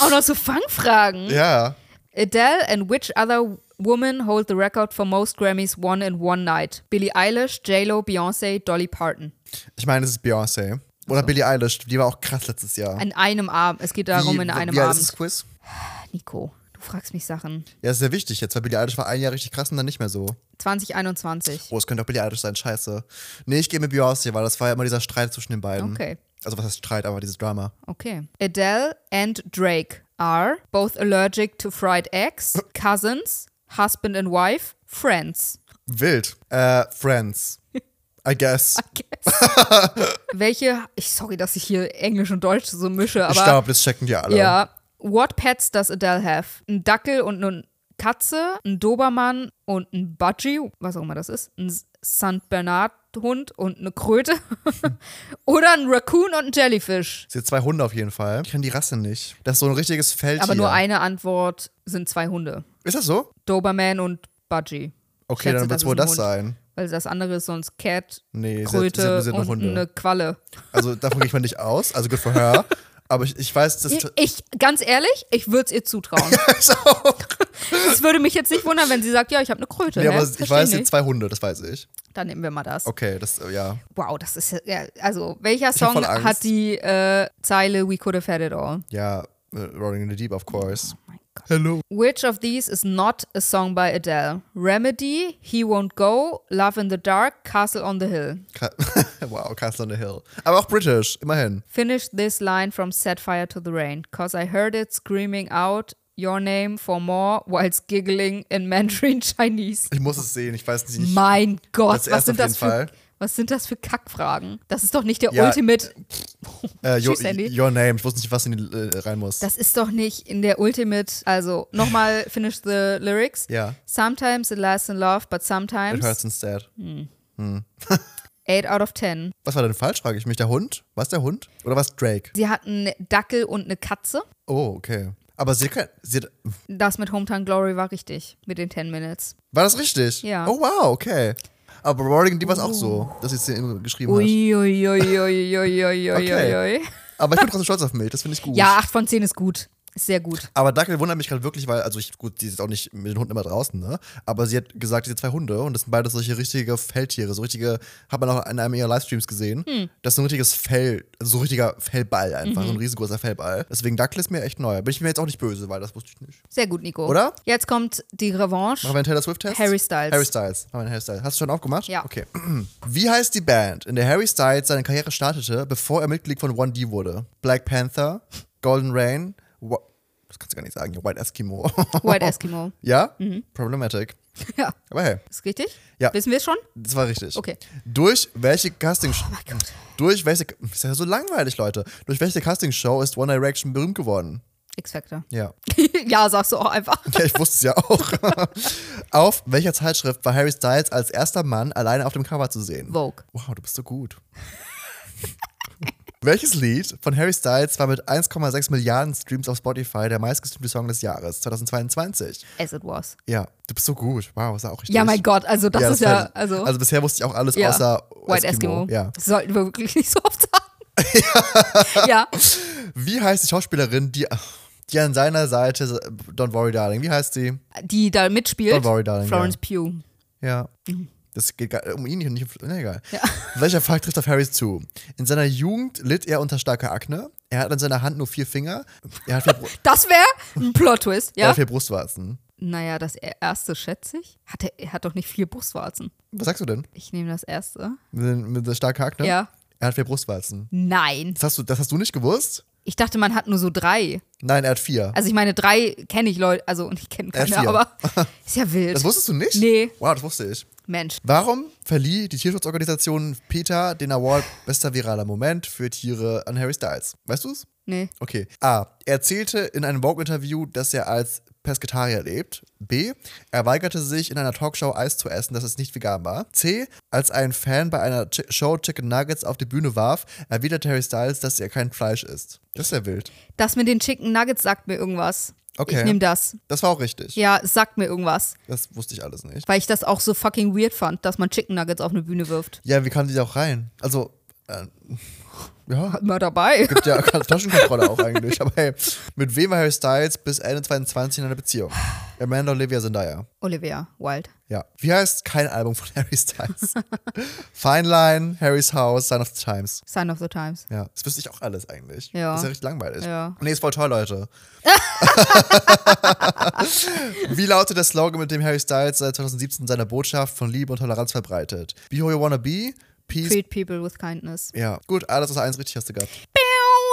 A: Auch noch so Fangfragen.
B: Ja.
A: Adele and which other woman hold the record for most Grammys won in one night? Billie Eilish, J-Lo, Beyoncé, Dolly Parton.
B: Ich meine, es ist Beyoncé. Oder Billie Eilish, die war auch krass letztes Jahr.
A: In einem Abend. Es geht darum, in einem
B: wie alt
A: Abend.
B: ist das Quiz?
A: Nico, du fragst mich Sachen.
B: Ja, ist sehr wichtig jetzt, weil Billie Eilish war ein Jahr richtig krass und dann nicht mehr so.
A: 2021.
B: Oh, es könnte auch Billie Eilish sein, scheiße. Nee, ich gehe mit Beyoncé, weil das war ja immer dieser Streit zwischen den beiden.
A: Okay.
B: Also was heißt Streit, aber dieses Drama.
A: Okay. Adele and Drake are both allergic to fried eggs, cousins, husband and wife, friends.
B: Wild. Äh, Friends. I guess.
A: Welche, ich sorry, dass ich hier Englisch und Deutsch so mische,
B: ich
A: aber
B: glaube, das checken die alle.
A: Ja. What pets does Adele have? Ein Dackel und eine Katze, ein Dobermann und ein Budgie, was auch immer das ist, ein St. Bernard Hund und eine Kröte oder ein Raccoon und ein Jellyfish.
B: Sie hat zwei Hunde auf jeden Fall. Ich kenne die Rasse nicht. Das ist so ein richtiges Feld.
A: Aber nur eine Antwort sind zwei Hunde.
B: Ist das so?
A: Doberman und Budgie.
B: Okay,
A: Schätze,
B: dann wird
A: das
B: es
A: ist
B: wohl
A: ein
B: das
A: Hund.
B: sein.
A: Weil das andere ist sonst Cat,
B: Nee, sie hat, sie
A: Kröte
B: hat, sie hat nur
A: und
B: Hunde.
A: eine Qualle.
B: Also davon gehe ich mal nicht aus. Also good for her. Aber ich, ich weiß, dass.
A: Ich, ich ganz ehrlich, ich würde es ihr zutrauen. Es würde mich jetzt nicht wundern, wenn sie sagt, ja, ich habe eine Kröte.
B: nee,
A: hä?
B: aber ich
A: Versteh
B: weiß, sie hat
A: nicht.
B: zwei Hunde, das weiß ich.
A: Dann nehmen wir mal das.
B: Okay, das, äh, ja.
A: Wow, das ist ja, also welcher
B: hab
A: Song
B: voll Angst.
A: hat die äh, Zeile We could have had it all?
B: Ja, äh, Rolling in the
A: Oh
B: Deep, of course. Hello.
A: Which of these is not a song by Adele? Remedy, He Won't Go, Love in the Dark, Castle on the Hill.
B: Ka wow, Castle on the Hill. Aber auch britisch, immerhin.
A: Finish this line from Set Fire to the Rain, cause I heard it screaming out your name for more whilst giggling in Mandarin Chinese.
B: Ich muss es sehen, ich weiß nicht.
A: Mein Gott,
B: Als
A: was
B: erst
A: sind,
B: auf jeden
A: das für,
B: Fall.
A: was sind das für Kackfragen? Das ist doch nicht der
B: Ja,
A: Ultimate.
B: Äh, your,
A: Tschüss, Andy.
B: your Name, ich wusste nicht, was in die äh, rein muss.
A: Das ist doch nicht in der Ultimate, also nochmal finish the lyrics.
B: Ja.
A: Sometimes it lasts in love, but
B: It
A: sometimes
B: hurts instead.
A: eight out of ten.
B: Was war denn falsch, frage ich mich. Der Hund? War es der Hund? Oder war es Drake?
A: Sie hatten einen Dackel und eine Katze.
B: Oh, okay. Aber sie, kann- sie
A: Das mit Hometown Glory war richtig, mit den 10 Minutes.
B: War das richtig?
A: Ja. Oh.
B: Oh, wow, okay. Aber Rolling die war es auch so, dass sie es dir geschrieben hat.
A: Uiuiuiuiuiuiuiui.
B: Okay. Aber ich bin trotzdem stolz auf mich, das finde ich gut.
A: Ja, 8 von 10 ist gut. Ist sehr gut.
B: Aber Dackel wundert mich gerade wirklich, weil, also ich, gut, die ist auch nicht mit den Hunden immer draußen, ne? Aber sie hat gesagt, sie hat zwei Hunde und das sind beides solche richtige Feldtiere, so richtige, hat man auch in einem ihrer Livestreams gesehen.
A: Hm.
B: Das ist so ein richtiges Fell, also so ein richtiger Fellball
A: Mhm.
B: einfach, so ein riesengroßer Fellball. Deswegen Dackel ist mir echt neu. Bin ich mir jetzt auch nicht böse, weil das wusste ich nicht.
A: Sehr gut, Nico.
B: Oder?
A: Jetzt kommt die Revanche.
B: Machen wir einen Taylor Swift-Test?
A: Harry Styles.
B: Harry Styles. Machen wir einen Harry Styles. Hast du schon aufgemacht?
A: Ja.
B: Okay. Wie heißt die Band, in der Harry Styles seine Karriere startete, bevor er Mitglied von 1D wurde? Black Panther, Golden Rain, Wha- das kannst du gar nicht sagen, White Eskimo.
A: White Mhm. Eskimo.
B: ja? Problematic.
A: Ja,
B: Aber hey,
A: ist richtig?
B: Ja.
A: Wissen wir es schon?
B: das war richtig.
A: Okay. Oh
B: Durch welche Castingshow...
A: mein Gott.
B: durch welche... Ist ja so langweilig, Leute. Durch welche Castingshow ist One Direction berühmt geworden?
A: X-Factor.
B: Ja.
A: ja, sagst du auch einfach.
B: Ja, ich wusste es ja auch. auf welcher Zeitschrift war Harry Styles als erster Mann alleine auf dem Cover zu sehen?
A: Vogue.
B: Wow, du bist so gut. Welches Lied von Harry Styles war mit 1,6 Milliarden Streams auf Spotify der meistgestreamte Song des Jahres 2022?
A: As it was.
B: Ja, du bist so gut. Wow, ist auch richtig.
A: Ja, mein Gott, also das
B: Ja,
A: ist ja,
B: fällt-
A: also,
B: also bisher wusste ich auch alles
A: ja.
B: außer
A: White Eskimo.
B: Ja.
A: Das sollten wir wirklich nicht so oft sagen. ja.
B: Wie heißt die Schauspielerin, die, die an seiner Seite, Don't Worry Darling, wie heißt sie?
A: die da mitspielt.
B: Don't worry, darling,
A: Florence Pugh.
B: Ja.
A: Mhm.
B: Das geht gar- um ihn und nicht um. Na egal. Welcher Fakt trifft auf Harris zu? In seiner Jugend litt er unter starker Akne. Er hat an seiner Hand nur vier Finger. Er hat vier, Bru
A: Das wäre ein Plot-Twist,
B: er
A: ja?
B: hat vier Brustwarzen.
A: Naja, das erste schätze ich. Hat er, er hat doch nicht vier Brustwarzen.
B: Was sagst du denn?
A: Ich nehme das erste.
B: Mit, mit der starken Akne?
A: Ja.
B: Er hat vier Brustwarzen.
A: Nein.
B: Das hast, du, das hast du nicht gewusst?
A: Ich dachte, man hat nur so drei.
B: Nein, er hat vier.
A: Also ich meine, drei kenne ich Leute, also ich kenne
B: Er hat
A: keine,
B: vier.
A: aber ist ja wild.
B: Das wusstest du nicht?
A: Nee.
B: Wow, das wusste ich.
A: Mensch.
B: Warum verlieh die Tierschutzorganisation PETA den Award Bester viraler Moment für Tiere an Harry Styles? Weißt du's?
A: Nee.
B: Okay. A. Er erzählte in einem Vogue-Interview, dass er als Pesketarier lebt. B. Er weigerte sich, in einer Talkshow Eis zu essen, das es nicht vegan war. C. Als ein Fan bei einer Chi Show Chicken Nuggets auf die Bühne warf, erwiderte Harry Styles, dass er kein Fleisch isst. Das ist ja wild.
A: Das mit den Chicken Nuggets sagt mir irgendwas.
B: Okay.
A: Ich nehme das.
B: Das war auch richtig.
A: Ja, es sagt mir irgendwas.
B: Das wusste ich alles nicht.
A: Weil ich das auch so fucking weird fand, dass man Chicken Nuggets auf eine Bühne wirft.
B: Ja, wie kam die da auch rein? Also, äh, ja.
A: Immer dabei.
B: Gibt ja keine Taschenkontrolle auch eigentlich. Aber hey, mit wem war Harry Styles bis Ende 22 in einer Beziehung? Amanda Olivia Zendaya.
A: Olivia Wilde.
B: Ja. Wie heißt kein Album von Harry Styles? Fine Line, Harry's House, Sign of the Times.
A: Sign of the Times.
B: Ja, das wüsste ich auch alles eigentlich.
A: Ja.
B: Das ist ja richtig langweilig.
A: Ja.
B: Nee, ist voll toll, Leute. Wie lautet der Slogan, mit dem Harry Styles seit 2017 seine Botschaft von Liebe und Toleranz verbreitet? Be who you wanna be, peace.
A: Treat people with kindness.
B: Ja, gut, alles außer eins richtig hast du gehabt.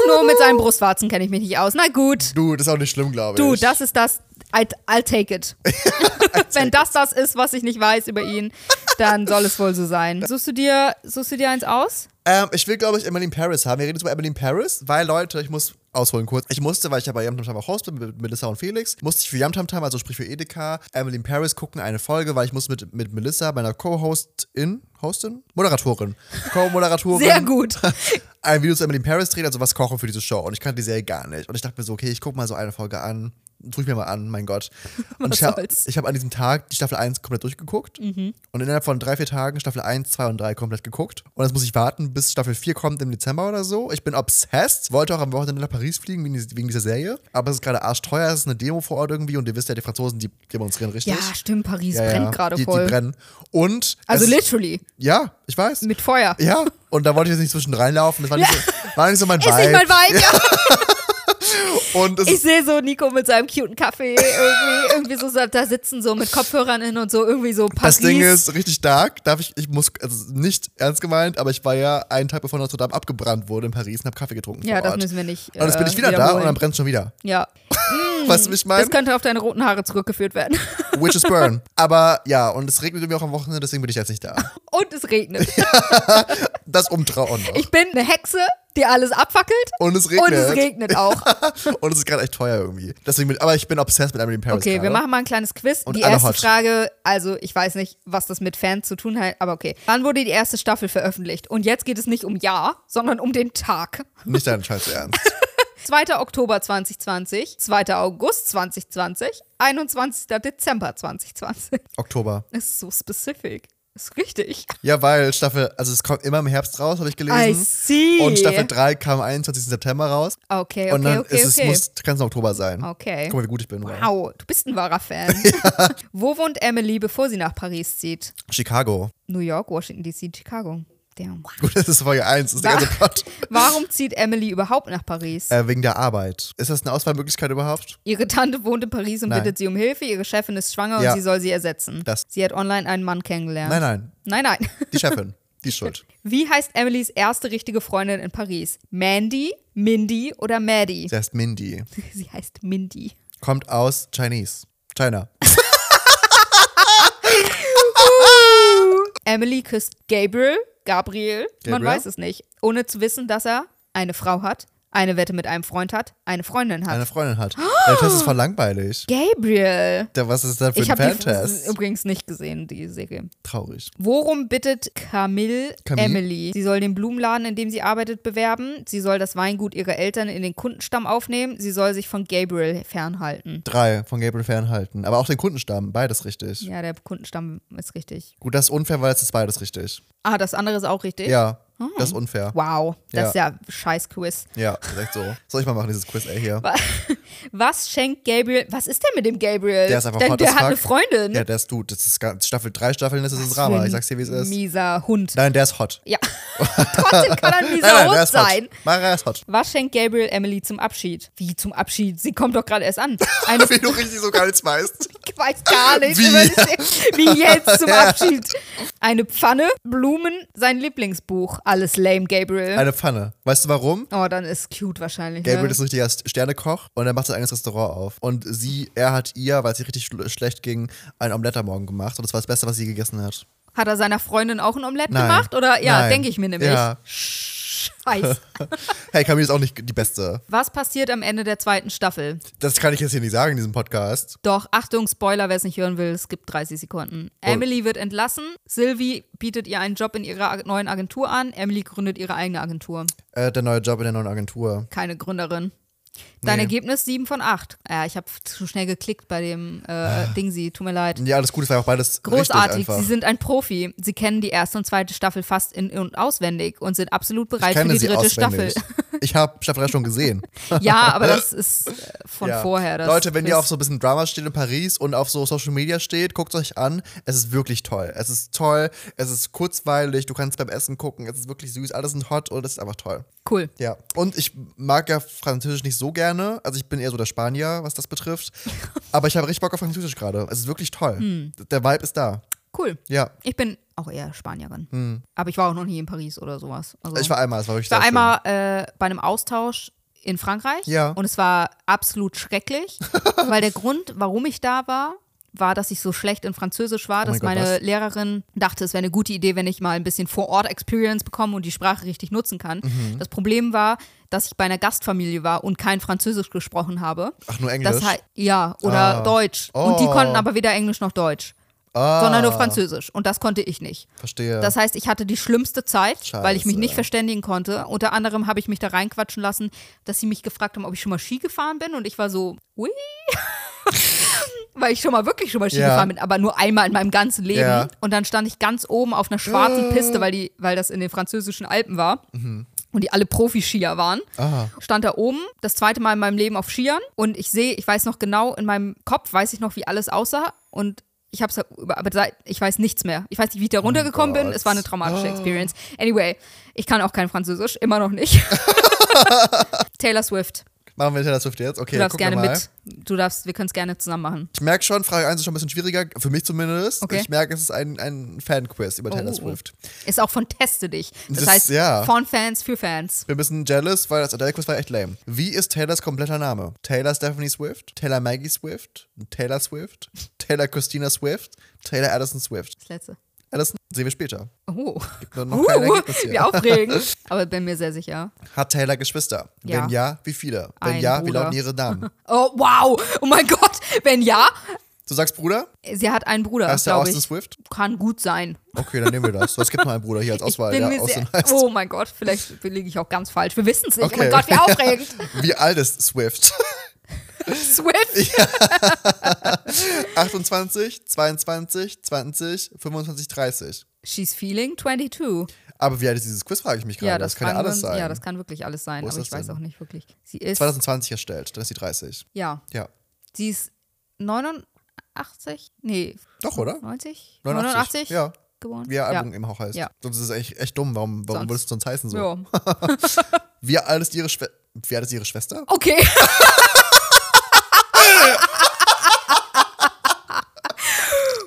A: Nur mit seinen Brustwarzen kenne ich mich nicht aus. Na gut.
B: Du, das ist auch nicht schlimm, glaube
A: Du,
B: ich.
A: das ist das. I, I'll take it. Wenn das das ist, was ich nicht weiß über ihn, dann soll es wohl so sein. Suchst du dir, suchst du dir eins aus?
B: Ähm, ich will, glaube ich, Emily in Paris haben. Wir reden jetzt über Emily in Paris, weil, Leute, ich muss ausholen kurz. Ich musste, weil ich ja bei Yamtamtam auch Host bin, mit Melissa und Felix, musste ich für Yamtamtam, also sprich für Edeka, Emily in Paris gucken, eine Folge, weil ich muss mit, mit Melissa, meiner Co-Hostin, Hostin? Moderatorin. Co-Moderatorin.
A: Sehr gut.
B: Ein Video zu Emily in Paris drehen, also was kochen für diese Show. Und ich kannte die Serie gar nicht. Und ich dachte mir so, okay, ich gucke mal so eine Folge an. Tue ich mir mal an, mein Gott. Und ich habe
A: soll's?
B: hab an diesem Tag die Staffel 1 komplett durchgeguckt.
A: Mhm.
B: Und innerhalb von drei, vier Tagen Staffel 1, 2 und 3 komplett geguckt. Und jetzt muss ich warten, bis Staffel 4 kommt im Dezember oder so. Ich bin obsessed. Wollte auch am Wochenende nach Paris fliegen wegen, dies- wegen dieser Serie. Aber es ist gerade arschteuer. Es ist eine Demo vor Ort irgendwie. Und ihr wisst ja, die Franzosen, die demonstrieren richtig.
A: Ja, stimmt. Paris
B: Ja, ja.
A: brennt gerade
B: Die-
A: voll.
B: Die brennen. Und.
A: also
B: es-
A: literally.
B: Ja, ich weiß.
A: Mit Feuer.
B: Ja, und da wollte ich jetzt nicht zwischen reinlaufen. Das war nicht, so, war nicht so mein
A: Ist nicht mein
B: Vibe.
A: Vibe. Ja.
B: Und es
A: Ich sehe so Nico mit seinem cuten Kaffee irgendwie, irgendwie so sa- da sitzen, so mit Kopfhörern in und so irgendwie so Paris.
B: das Ding ist richtig dark. Darf ich, ich muss, also nicht ernst gemeint, aber ich war ja einen Tag bevor Notre Dame abgebrannt wurde in Paris und habe Kaffee getrunken.
A: Ja,
B: vor
A: das
B: Ort.
A: müssen wir nicht,
B: oh Und jetzt bin
A: äh,
B: ich wieder da und
A: wiederholen.
B: dann brennt schon wieder.
A: ja.
B: Weißt du, wie ich meine?
A: Hm, Das könnte auf deine roten Haare zurückgeführt werden.
B: Witches burn. Aber ja, und es regnet irgendwie auch am Wochenende, deswegen bin ich jetzt nicht da.
A: Und es regnet.
B: Das Umtrauen noch.
A: Ich bin eine Hexe, die alles abfackelt.
B: Und es
A: Und es
B: regnet.
A: regnet auch.
B: Und es ist gerade echt teuer irgendwie. Deswegen bin, aber ich bin obsessed mit Emily in Paris.
A: Okay, wir
B: gerade.
A: machen mal ein kleines Quiz.
B: ne? Und
A: die
B: alle
A: erste
B: hot.
A: Frage, also ich weiß nicht, was das mit Fans zu tun hat, aber okay. Wann wurde die erste Staffel veröffentlicht? Und jetzt geht es nicht um Jahr, sondern um den Tag.
B: Nicht deinen Scheiß ernst.
A: 2. Oktober 2020, 2. August 2020, 21. Dezember 2020.
B: Oktober.
A: Das ist so specific. Ist richtig.
B: Ja, weil Staffel, also es kommt immer im Herbst raus, habe ich
A: I
B: gelesen.
A: see.
B: Und Staffel 3 kam am 21. September raus.
A: Okay, okay,
B: und dann
A: okay,
B: ist es,
A: okay.
B: muss, kann es im Oktober sein.
A: Okay.
B: Guck mal, wie gut ich bin. Wow.
A: Au, du bist ein wahrer Fan. Wo wohnt Emily, bevor sie nach Paris zieht?
B: Chicago.
A: New York, Washington DC, Chicago. Damn.
B: Gut, das ist Folge 1. Das ist der ganze Plot.
A: Warum zieht Emily überhaupt nach Paris?
B: Äh, wegen der Arbeit. Ist das eine Auswahlmöglichkeit überhaupt?
A: Ihre Tante wohnt in Paris und
B: Nein.
A: bittet sie um Hilfe. Ihre Chefin ist schwanger
B: Ja.
A: und sie soll sie ersetzen.
B: Das-
A: Sie hat online einen Mann kennengelernt.
B: Nein, nein.
A: nein. Nein, nein.
B: Die Chefin. Die ist schuld.
A: Wie heißt Emilys erste richtige Freundin in Paris? Mandy, Mindy oder Maddie?
B: Sie heißt Mindy.
A: Sie heißt Mindy.
B: Kommt aus Chinese. China.
A: Ah. Emily küsst Gabriel, Gabriel, man
B: Gabriel?
A: weiß es nicht, ohne zu wissen, dass er eine Frau hat, eine Wette mit einem Freund hat, eine Freundin hat.
B: Eine Freundin hat. Der Test ist voll langweilig.
A: Gabriel.
B: Der, was ist das für
A: Ich
B: ein
A: habe die f- äh,
B: Fantest?
A: übrigens nicht gesehen, die Serie.
B: Traurig.
A: Worum bittet Camille,
B: Camille?
A: Emily? Sie soll den Blumenladen, in dem sie arbeitet, bewerben. Sie soll das Weingut ihrer Eltern in den Kundenstamm aufnehmen. Sie soll sich von Gabriel fernhalten.
B: Drei von Gabriel fernhalten. Aber auch den Kundenstamm, beides richtig.
A: Ja, der Kundenstamm ist richtig.
B: Gut, das ist unfair, weil es ist beides richtig.
A: Ah, das andere ist auch richtig?
B: Ja, das ist unfair.
A: Oh. Wow, das ist ja scheiß Quiz.
B: Ja, direkt so. Soll ich mal machen, dieses Quiz, ey, hier?
A: Was schenkt Gabriel? Was ist denn mit dem Gabriel?
B: Der ist einfach
A: Äh, Denn
B: hot
A: der
B: as
A: hat eine
B: fuck.
A: Freundin.
B: Ja, der ist du. Das ist ganz- Staffel, drei Staffeln ist es ein Drama.
A: Für
B: Ich sag's dir, wie es ist.
A: Mieser Hund.
B: Nein, der ist hot.
A: Ja. Trotzdem kann er ein mieser
B: Nein, nein, der
A: Hund
B: ist hot.
A: sein.
B: Mara ist hot.
A: Was schenkt Gabriel Emily zum Abschied? Wie zum Abschied? Sie kommt doch gerade erst an. Eine
B: Wie du richtig so gar nichts weißt.
A: ich weiß gar nicht,
B: Wie?
A: über die- wie jetzt zum Abschied. Eine Pfanne, Blumen, sein Lieblingsbuch. Alles lame, Gabriel.
B: Eine Pfanne. Weißt du warum?
A: oh, dann ist cute wahrscheinlich.
B: Gabriel
A: ne?
B: ist ein richtiger Sternekoch und er macht sein eigenes Restaurant auf. Und sie, er hat ihr, weil es ihr richtig schl schlecht ging, ein Omelett am Morgen gemacht. Und das war das Beste, was sie gegessen hat.
A: Hat er seiner Freundin auch ein Omelett
B: Nein.
A: gemacht? Oder ja,
B: Nein.
A: denke ich mir nämlich.
B: Ja.
A: Scheiße.
B: Hey, Camille ist auch nicht die Beste.
A: Was passiert am Ende der zweiten Staffel?
B: Das kann ich jetzt hier nicht sagen in diesem Podcast.
A: Doch, Achtung, Spoiler, wer es nicht hören will, es gibt 30 Sekunden. Emily wird entlassen, Sylvie bietet ihr einen Job in ihrer ag- neuen Agentur an, Emily gründet ihre eigene Agentur.
B: Äh, der neue Job in der neuen Agentur.
A: Keine Gründerin. Dein
B: Nee.
A: Ergebnis 7 von 8. Ja, ich habe zu schnell geklickt bei dem äh, Dingsi, tut mir leid.
B: Ja, alles gut, es war ja auch beides
A: Großartig,
B: richtig
A: sie
B: Ah. einfach.
A: sind ein Profi. Sie kennen die erste und zweite Staffel fast in und auswendig und sind absolut bereit für
B: Kenne
A: die
B: sie
A: dritte Staffel.
B: auswendig. Ich habe Staffel 3 schon gesehen.
A: ja, aber das ist äh, von
B: Ja.
A: vorher. Das
B: Leute, wenn ihr
A: Quiz.
B: auf so ein bisschen Drama steht in Paris und auf so Social Media steht, guckt euch an. Es ist wirklich toll. Es ist toll, es ist kurzweilig, du kannst beim Essen gucken, es ist wirklich süß, alles sind hot und es ist einfach toll.
A: Cool.
B: Ja. Und ich mag ja Französisch nicht so gerne. Also ich bin eher so der Spanier, was das betrifft. Aber ich habe richtig Bock auf Französisch gerade. Es ist wirklich toll.
A: Hm.
B: Der Vibe ist da.
A: Cool.
B: Ja.
A: Ich bin auch eher Spanierin.
B: Hm.
A: Aber ich war auch noch nie in Paris oder sowas. Also,
B: Ich war einmal, es war wirklich
A: ich war
B: sehr schön.
A: einmal äh, bei einem Austausch in Frankreich
B: Ja.
A: und es war absolut schrecklich, weil der Grund, warum ich da war, war, dass ich so schlecht in Französisch war, dass
B: Oh mein Gott,
A: meine
B: was?
A: Lehrerin dachte, es wäre eine gute Idee, wenn ich mal ein bisschen vor Ort Experience bekomme und die Sprache richtig nutzen kann.
B: Mhm.
A: Das Problem war, dass ich bei einer Gastfamilie war und kein Französisch gesprochen habe.
B: Ach, nur Englisch.
A: Das hei- ja, oder
B: Ah.
A: Deutsch. Und die
B: Oh.
A: konnten aber weder Englisch noch Deutsch,
B: ah,
A: sondern nur Französisch. Und das konnte ich nicht.
B: Verstehe.
A: Das heißt, ich hatte die schlimmste Zeit, weil ich mich
B: Scheiße.
A: nicht verständigen konnte. Unter anderem habe ich mich da reinquatschen lassen, dass sie mich gefragt haben, ob ich schon mal Ski gefahren bin. Und ich war so, ui. weil ich schon mal wirklich schon mal Ski
B: Ja.
A: gefahren bin, aber nur einmal in meinem ganzen Leben.
B: Ja. Äh.
A: Und dann stand ich ganz oben auf einer schwarzen Piste, weil, die, weil das in den französischen Alpen war.
B: Mhm.
A: Und die alle Profi-Skier waren.
B: Ah.
A: Stand da oben, das zweite Mal in meinem Leben auf Skiern. Und ich sehe, ich weiß noch genau, in meinem Kopf weiß ich noch, wie alles aussah. Und ich hab's halt über, aber seit, ich weiß nichts mehr. Ich weiß nicht, wie ich da runtergekommen bin.
B: Oh Gott. Ah.
A: Es war eine traumatische Experience. Anyway, ich kann auch kein Französisch, immer noch nicht. Taylor Swift,
B: Machen wir Taylor Swift jetzt? Okay,
A: du darfst
B: gucken wir
A: gerne
B: mal.
A: mit. Du darfst, wir können es gerne zusammen machen.
B: Ich merke schon, Frage 1 ist schon ein bisschen schwieriger, für mich zumindest.
A: Okay.
B: Ich merke, es ist ein, ein Fan-Quiz über Taylor
A: Oh.
B: Swift.
A: Ist auch von Teste dich. Das,
B: Das-
A: heißt,
B: ja.
A: von Fans für Fans.
B: Wir müssen jealous, weil das Adele-Quiz war echt lame. Wie ist Taylors kompletter Name? Taylor Stephanie Swift, Taylor Maggie Swift, Taylor Swift, Taylor Christina Swift, Taylor Addison Swift.
A: Das letzte.
B: Addison sehen wir später.
A: Oh.
B: Nur noch kein
A: Uh,
B: Ergebnis hier.
A: wie aufregend. Aber bin mir sehr sicher.
B: Hat Taylor Geschwister?
A: Ja.
B: Wenn ja, wie viele? Wenn
A: Ein
B: ja, wie
A: Bruder.
B: lauten ihre Namen?
A: Oh, wow. Oh mein Gott. Wenn ja,
B: Du sagst Bruder?
A: sie hat einen Bruder,
B: Heißt der
A: glaube
B: Austin
A: ich.
B: Swift?
A: Kann gut sein.
B: Okay, dann nehmen wir das. So, Es gibt nur einen Bruder hier als Auswahl.
A: ich bin
B: Ja,
A: mir
B: Austin
A: sehr,
B: heißt.
A: oh mein Gott, vielleicht liege ich auch ganz falsch. Wir wissen es nicht.
B: Okay.
A: Oh mein Gott, wie aufregend.
B: Wie alt ist Swift?
A: Swift.
B: 28, 22, 20, 25, 30.
A: She's feeling 22.
B: Aber wie alt ist dieses Quiz, frage ich mich gerade.
A: Ja,
B: das,
A: das,
B: kann ja
A: fragen wir
B: alles
A: uns-
B: sein.
A: Ja, das kann wirklich alles sein,
B: Wo ist
A: aber ich
B: das
A: weiß
B: denn?
A: auch nicht wirklich. Sie ist,
B: 2020 erstellt, dann ist sie 30.
A: ja,
B: Ja.
A: sie ist 89, nee,
B: Doch, oder?
A: 90,
B: 89,
A: 89,
B: ja.
A: geboren.
B: Wie ihr Album eben auch heißt.
A: Ja.
B: Sonst ist es echt, echt dumm. Warum, warum
A: Sonst-
B: würdest du sonst heißen so?
A: ja. ja.
B: Wie alt ist ihre Schwester? Wie alt ist ihre Schwester?
A: Okay.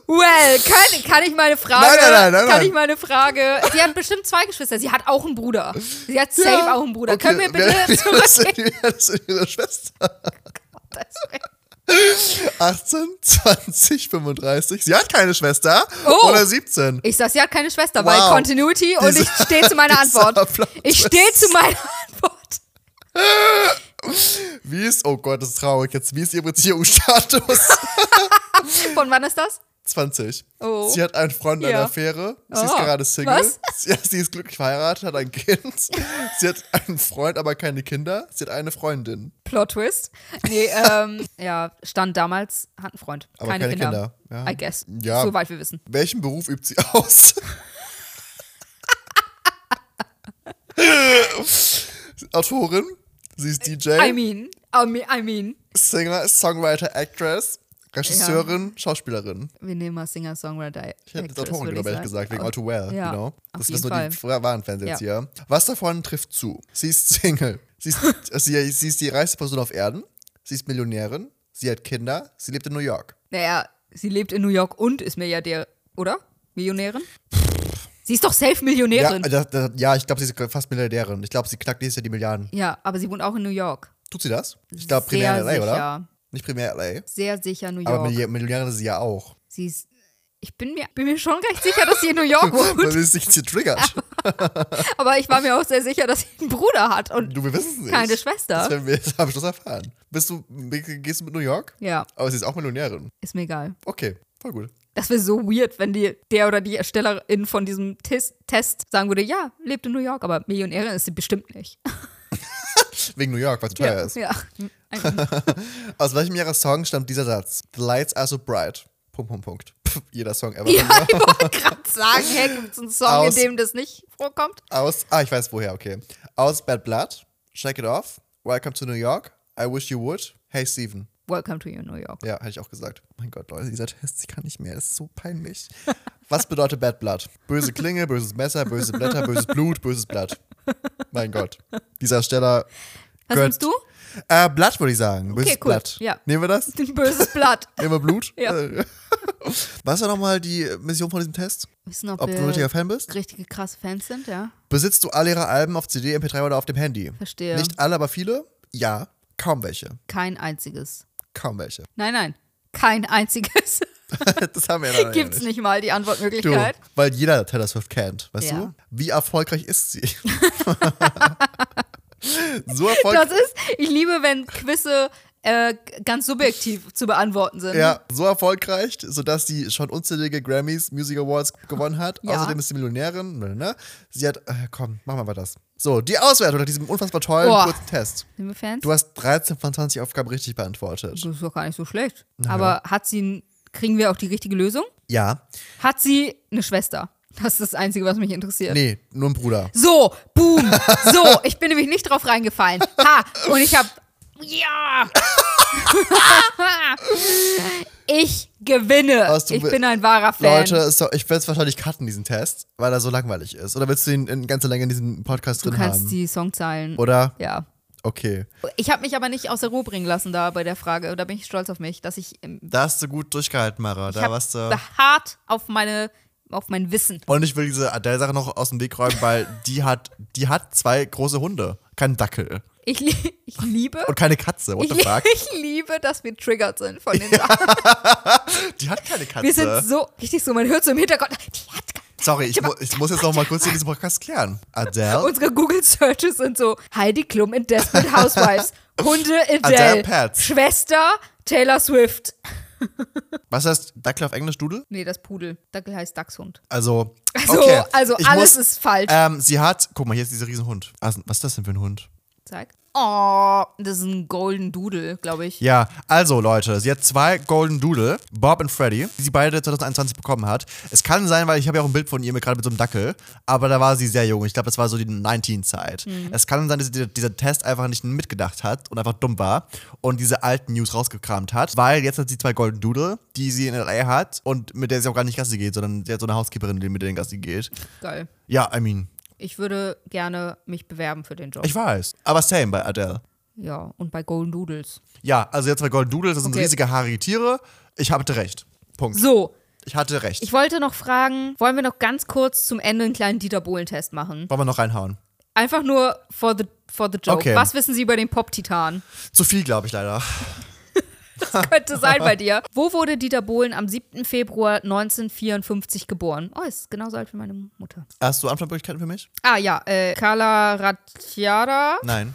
A: Well, kann, kann ich meine Frage,
B: Nein, nein, nein, nein,
A: kann
B: nein.
A: ich meine Frage, sie hat bestimmt zwei Geschwister, sie hat auch einen Bruder, sie hat safe auch einen Bruder,
B: Okay,
A: können wir bitte
B: wer- wie alt ist-
A: zurückgehen?
B: Wie alt ist ihre Schwester? 18, 20, 35. Sie hat keine Schwester.
A: Oh.
B: Oder 17.
A: Ich sag, sie hat keine Schwester, weil
B: Wow.
A: Continuity und ich stehe zu meiner
B: Dieser
A: Antwort.
B: Plot
A: Ich stehe zu meiner Antwort.
B: Wie ist, oh Gott, das ist traurig jetzt. Wie ist ihr Beziehungsstatus?
A: Von wann ist das?
B: 20.
A: Oh.
B: Sie hat einen Freund in
A: Ja.
B: einer Affäre. Sie ist
A: Ah,
B: gerade Single.
A: was?
B: Sie, sie ist glücklich verheiratet, hat ein Kind. Sie hat einen Freund, aber keine Kinder. Sie hat eine Freundin,
A: Plot Twist. Nee, ähm, ja, stand damals, hat ein Freund.
B: aber
A: keine, Kinder.
B: Ja.
A: I guess.
B: Ja.
A: Soweit wir wissen.
B: Welchen Beruf übt sie aus? Autorin. Sie ist DJ,
A: I mean, I mean, I mean.
B: Singer, Songwriter, Actress, Regisseurin, Schauspielerin.
A: Wir nehmen mal Singer-Songwriter.
B: Ich hätte jetzt Autorin genommen, ehrlich gesagt, wegen All Too Well,
A: Ah, ja,
B: genau.
A: auf
B: Das
A: jeden
B: wissen nur die fra- wahren Fans jetzt
A: Ja.
B: hier. Was davon trifft zu? Sie ist Single. Sie ist, sie, sie ist die reichste Person auf Erden. Sie ist Millionärin. Sie hat Kinder. Sie lebt in New York.
A: Naja, sie lebt in New York und ist Milliardär, oder? Millionärin? Sie ist doch safe
B: Ja, also-
A: Millionärin. Ja,
B: das, das, ja, ich glaube, sie ist fast Milliardärin. Ich glaube, sie knackt dieses Jahr die Milliarden.
A: aber sie wohnt auch in New York.
B: Tut sie das? Ich glaube,
A: Sehr
B: primär in LA, oder?
A: sicher.
B: Nicht primär LA.
A: Sehr sicher New
B: Aber
A: York.
B: Milli- Millionärin ist sie ja auch.
A: Sie ist. Ich bin mir, bin mir schon recht sicher, dass sie in New York
B: Weil
A: wohnt.
B: sie sich sie triggert.
A: Aber ich war mir auch sehr sicher, dass sie einen Bruder hat. Und
B: Du, wir wissen es nicht.
A: Keine Schwester.
B: Das werden wir jetzt am Schluss erfahren. Bist du, gehst du mit New York?
A: ja,
B: Aber sie ist auch Millionärin.
A: ist mir egal.
B: Okay, voll gut.
A: Das wäre so weird, wenn die, der oder die Erstellerin von diesem Tis, Test sagen würde, ja, lebt in New York, aber Millionärin ist sie bestimmt nicht.
B: Wegen New York, weil es so teuer ist.
A: ja. Ein-
B: Aus welchem ihrer Songs stammt dieser Satz? The lights are so bright. Punkt, Punkt, Punkt. Pff, jeder Song ever.
A: ja, ich wollte gerade sagen, hey, gibt es einen Song,
B: Aus-
A: in dem das nicht vorkommt?
B: Aus, ah, ich weiß woher, okay. Aus Bad Blood, Shake It Off, Welcome to New York, I Wish You Would, Hey Steven.
A: Welcome to your New York.
B: Ja, hätte ich auch gesagt. Mein Gott, Leute, dieser Test, ich kann nicht mehr, das ist so peinlich. Was bedeutet Bad Blood? Böse Klinge, böses Messer, böse Blätter, böses Blut, böses Blatt. Mein Gott. Dieser Steller.
A: Was nimmst
B: Gehört-
A: du?
B: Äh, Blatt würde ich sagen. Böses
A: cool.
B: Blatt.
A: Ja.
B: Nehmen wir das?
A: Ein böses Blatt.
B: Nehmen wir Blut?
A: Ja.
B: Äh, Was war nochmal die Mission von diesem Test?
A: Wissen, ob,
B: Ob du ein richtiger
A: wir
B: Fan bist?
A: richtige krasse Fans sind, ja.
B: Besitzt du alle ihre Alben auf CD, MP3 oder auf dem Handy?
A: Verstehe.
B: Nicht alle, aber viele? Ja. Kaum welche.
A: Kein einziges.
B: Kaum welche.
A: Nein, nein. Kein einziges.
B: das haben wir ja noch
A: Gibt's nicht mal die
B: Du,
A: Antwortmöglichkeit.
B: weil jeder Taylor Swift kennt, weißt
A: Ja.
B: du? Wie erfolgreich ist sie? so
A: Das
B: erfolgreich.
A: ist, ich liebe, wenn Quizze äh, ganz subjektiv zu beantworten sind.
B: Ja, so erfolgreich, sodass sie schon unzählige Grammys, Music Awards gewonnen hat.
A: Ja.
B: Außerdem ist sie Millionärin. Ne, ne? Sie hat, äh, komm, machen wir mal das. So, die Auswertung nach diesem unfassbar tollen
A: Boah.
B: kurzen Test.
A: Sind wir Fans?
B: Du hast 13 von 20 Aufgaben richtig beantwortet.
A: Das ist doch gar nicht so schlecht. Aber hat sie, kriegen wir auch die richtige Lösung?
B: Ja.
A: Hat sie eine Schwester? Das ist das Einzige, was mich interessiert.
B: Nee, nur ein Bruder.
A: So, boom. So, ich bin nämlich nicht drauf reingefallen. Ha, und ich habe, ja. ich gewinne.
B: Hast du
A: ich
B: be-
A: bin ein wahrer Fan.
B: Leute, es soll- ich werde es wahrscheinlich cutten, diesen Test, weil er so langweilig ist. Oder willst du ihn in ganzer Länge in diesem Podcast
A: du
B: drin
A: kannst
B: haben?
A: die Songzeilen.
B: Oder?
A: ja.
B: Okay.
A: Ich habe mich aber nicht aus der Ruhe bringen lassen da bei der Frage. Da bin ich stolz auf mich, dass ich, ähm,
B: Da hast du gut durchgehalten, Mara.
A: ich hab beharrt auf meine, auf mein Wissen.
B: Und ich will diese Adele-Sache noch aus dem Weg räumen, weil die hat, die hat zwei große Hunde. Kein Dackel.
A: Ich, li ich liebe.
B: Und keine Katze. What
A: Ich,
B: the fuck?
A: ich liebe, dass wir triggert sind von den Sachen.
B: Die hat keine Katze.
A: Wir sind so richtig so, man hört so im Hintergrund, die hat gar-
B: Sorry, ich, mu ich muss jetzt noch mal kurz hier diesen Podcast klären. Adele?
A: unsere Google Searches sind so Heidi Klum in Desperate Housewives, Hunde Adele,
B: Adele Pets.
A: Schwester Taylor Swift.
B: Was heißt Dackel auf Englisch, Dudel?
A: Nee, das Pudel. Dackel heißt Dachshund.
B: Also,
A: Also-
B: okay.
A: also
B: Ich
A: alles
B: muss,
A: ist falsch.
B: Ähm, sie hat, guck mal, hier ist dieser riesen Hund. Was was ist das denn für ein Hund?
A: Zeig. Oh, das ist ein Golden Doodle, glaube ich.
B: Ja, also Leute, sie hat zwei Golden Doodle, Bob und Freddy, die sie beide 2021 bekommen hat. Es kann sein, weil ich habe ja auch ein Bild von ihr mit- gerade mit so einem Dackel, aber da war sie sehr jung. Ich glaube, das war so die 19-Zeit. Es kann sein, dass sie dieser Test einfach nicht mitgedacht hat und einfach dumm war und diese alten News rausgekramt hat, weil jetzt hat sie zwei Golden Doodle, die sie in LA hat und mit der sie auch gar nicht Gassi geht, sondern sie hat so eine Housekeeperin, die mit der in Gassi geht.
A: Geil.
B: Ja, I mean,
A: Ich würde gerne mich bewerben für den Job.
B: ich weiß. Aber same bei Adele.
A: ja, und bei Golden Doodles.
B: Ja, also jetzt zwei Golden Doodles, das sind
A: Okay.
B: riesige haarige Tiere. Ich hatte recht. Punkt.
A: So,
B: Ich hatte recht.
A: ich wollte noch fragen, wollen wir noch ganz kurz zum Ende einen kleinen Dieter Bohlen-Test machen?
B: Wollen wir noch reinhauen?
A: Einfach nur for the, for the joke.
B: Okay.
A: Was wissen Sie über den Pop-Titan?
B: Zu viel, glaube ich, leider.
A: Könnte sein bei dir. Wo wurde Dieter Bohlen am 7. Februar 1954 geboren? Oh, ist genauso alt wie meine Mutter.
B: Hast du Antwortmöglichkeiten für mich?
A: Ah ja, äh, Carla Ratjada,
B: Nein.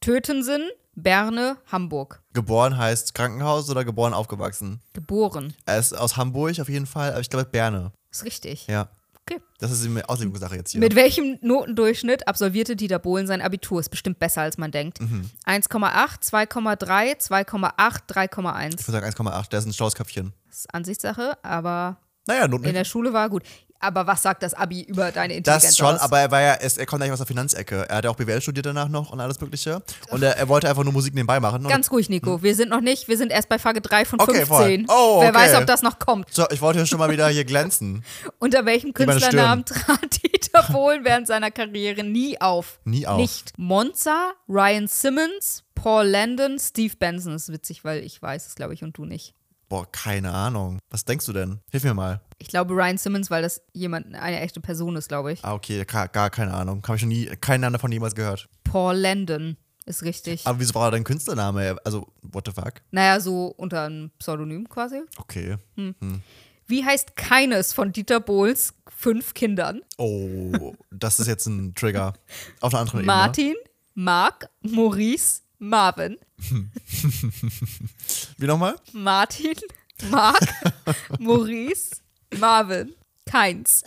A: Tötensen, Berne, Hamburg.
B: Geboren heißt Krankenhaus oder geboren aufgewachsen?
A: Geboren.
B: Er ist aus Hamburg auf jeden Fall, aber ich glaube Berne.
A: Ist richtig.
B: Ja.
A: Okay.
B: Das ist eine Auslegungssache jetzt hier.
A: Mit welchem Notendurchschnitt absolvierte Dieter Bohlen sein Abitur? Ist bestimmt besser, als man denkt.
B: Mhm.
A: 1,8, 2,3, 2,8, 3,1.
B: ich würde sagen 1,8, der ist ein schlaues Köpfchen.
A: Das ist Ansichtssache, aber
B: Naja,
A: in
B: notwendig.
A: der Schule war er gut. Aber was sagt das Abi über deine Intelligenz
B: Das schon,
A: aus?
B: aber er war ja, es- er kommt eigentlich aus der Finanzecke. Er hat ja auch BWL studiert danach noch und alles Mögliche. Und er, er wollte einfach nur Musik nebenbei machen. Und hm?
A: Ganz ruhig, Nico. Wir sind noch nicht, wir sind erst bei Frage 3 von
B: Okay,
A: 15.
B: voll. Oh,
A: Wer
B: okay.
A: weiß, ob das noch kommt.
B: so, ich wollte ja schon mal wieder hier glänzen.
A: Unter welchem
B: meine
A: Künstlernamen trat Dieter Bohlen während seiner Karriere nie auf?
B: Nie auf.
A: Nicht Monza, Ryan Simmons, Paul Landon, Steve Benson. Das ist witzig, weil ich weiß es, glaube ich, und du nicht.
B: Boah, keine Ahnung. Was denkst du denn? Hilf mir mal.
A: Ich glaube Ryan Simmons, weil das jemand, eine echte Person ist, glaube ich.
B: Ah, okay, gar, gar keine Ahnung. Habe ich schon nie, keinen Namen davon jemals gehört.
A: Paul Landon ist richtig.
B: Aber wieso war er dein Künstlername? Also, what the fuck?
A: naja, so unter einem Pseudonym quasi.
B: Okay.
A: Wie heißt keines von Dieter Bohls fünf Kindern?
B: Oh, das ist jetzt ein Trigger. Auf einer anderen
A: Martin, Marc, Maurice, Marvin.
B: Ebene. Wie nochmal?
A: Martin, Marc, Maurice, Marvin. Keins.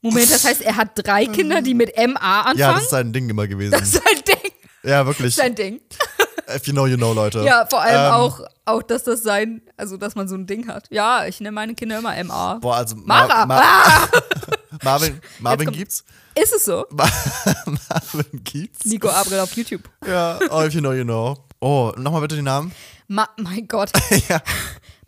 A: Moment, das heißt, er hat drei Kinder, die mit MA anfangen?
B: Ja, das ist sein Ding immer gewesen.
A: das ist sein Ding.
B: ja, wirklich.
A: Sein Ding.
B: If you know, you know, Leute.
A: Ja, vor allem
B: Ähm,
A: auch, auch, dass das sein, also dass man so ein Ding hat. Ja, ich nenne meine Kinder immer MA.
B: Boah, also
A: Mara! Ah.
B: Marvin, Marvin
A: kommt-
B: gibt's?
A: Ist es so?
B: Ma- Marvin gibt's?
A: Nico Abril auf YouTube.
B: Ja, oh, if you know, you know. Oh, nochmal bitte den Namen.
A: Ma mein Gott.
B: ja.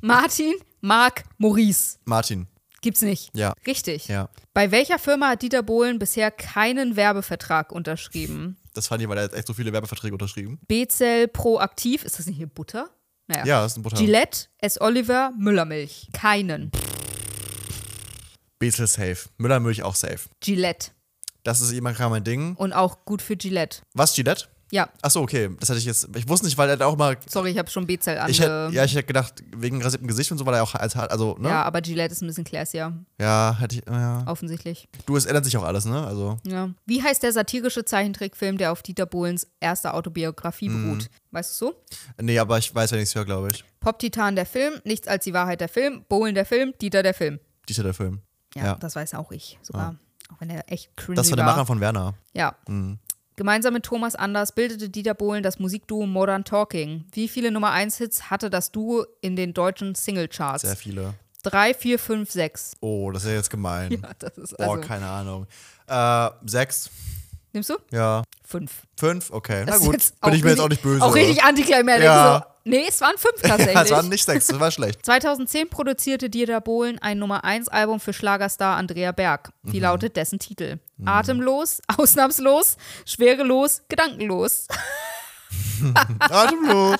A: Martin, Marc, Maurice.
B: Martin.
A: Gibt's nicht.
B: Ja.
A: Richtig.
B: Ja.
A: Bei welcher Firma hat Dieter Bohlen bisher keinen Werbevertrag unterschrieben?
B: Das fand ich, weil er hat echt so viele Werbeverträge unterschrieben.
A: Bezell Proaktiv, ist das nicht hier Butter? Naja.
B: Ja, das ist ein Butter.
A: Gillette, S. Oliver, Müllermilch. Keinen.
B: Bezel safe. Müllermilch auch safe.
A: Gillette.
B: Das ist immer gerade mein Ding.
A: Und auch gut für Gillette.
B: Was, Gillette?
A: Ja,
B: Achso, okay. Das hatte ich jetzt. Ich wusste nicht, weil er hat auch mal.
A: sorry, ich habe schon Bezell ange...
B: Ich hätte, ja, ich hätte gedacht, wegen rasiertem Gesicht und so, weil er auch als also, ne?
A: ja,
B: Ja,
A: aber Gillette ist ein bisschen classier,
B: hätte ich. Ja.
A: offensichtlich.
B: Du, es ändert sich auch alles, ne? Also.
A: Ja. Wie heißt der satirische Zeichentrickfilm, der auf Dieter Bohlens erster Autobiografie
B: Mhm.
A: beruht? Weißt du so?
B: Nee, aber ich weiß, wenn ich es höre, glaube ich.
A: Pop-Titan der Film, Nichts als die Wahrheit der Film, Bohlen der Film, Dieter der Film.
B: Dieter der Film.
A: Ja,
B: Ja.
A: das weiß auch ich sogar. Auch wenn er echt cringy
B: Das war der
A: war.
B: Macher von Werner.
A: Ja.
B: Mhm.
A: Gemeinsam mit Thomas Anders bildete Dieter Bohlen das Musikduo Modern Talking. Wie viele Nummer 1 Hits hatte das Duo in den deutschen
B: Sehr
A: Singlecharts?
B: viele.
A: Drei, vier, fünf, sechs.
B: Oh, das ist ja jetzt gemein.
A: Ja, das ist
B: Boah,
A: also.
B: keine Ahnung. Äh, sechs,
A: Nimmst du?
B: ja.
A: Fünf.
B: Fünf, okay.
A: Das
B: Na
A: ist
B: gut.
A: jetzt
B: Bin ich mir jetzt
A: richtig-
B: auch nicht böse.
A: Auch richtig antiklimatisch.
B: Ja.
A: So, nee, es waren fünf tatsächlich.
B: ja, es waren nicht sechs, das war schlecht.
A: 2010 produzierte Dieter Bohlen ein Nummer 1 Album für Schlagerstar Andrea Berg. Wie
B: Mhm.
A: lautet dessen Titel? Atemlos, ausnahmslos, schwerelos, gedankenlos.
B: Ah, Atemlos.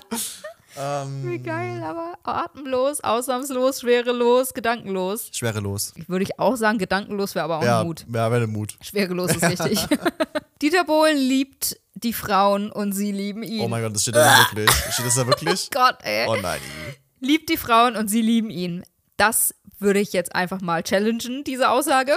A: Wie geil, aber atemlos, ausnahmslos, schwerelos, gedankenlos.
B: Schwerelos.
A: Würde ich auch sagen, gedankenlos wäre aber auch
B: Ja,
A: ein Mut.
B: ja, wenn Mut.
A: Schwerelos ist richtig. Dieter Bohlen liebt die Frauen und sie lieben ihn.
B: Oh mein Gott, das steht da ja wirklich. Steht das da wirklich?
A: Gott, ey.
B: Oh nein.
A: Liebt die Frauen und sie lieben ihn. Das würde ich jetzt einfach mal challengen, diese Aussage.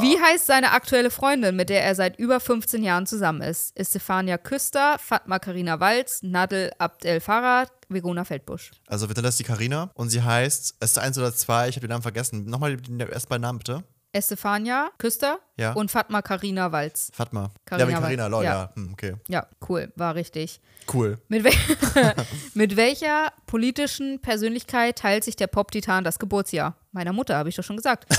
A: Wie heißt seine aktuelle Freundin, mit der er seit über 15 Jahren zusammen ist? Ist Stefania Küster, Fatma Karina Walz, Nadel Abdel Farah, Verona Feldbusch.
B: Also bitte lässt die Karina und sie heißt, es ist eins oder zwei, ich habe den Namen vergessen. Nochmal den den ersten beiden Namen bitte.
A: Estefania Küster
B: Ja.
A: und Fatma Karina Walz.
B: Fatma.
A: Carina
B: ja, wie
A: war-
B: Karina, lol,
A: ja.
B: ja. Hm, okay.
A: Ja, cool, war richtig.
B: Cool.
A: Mit, wel mit welcher politischen Persönlichkeit teilt sich der Pop-Titan das Geburtsjahr? Meiner Mutter, habe ich doch schon gesagt.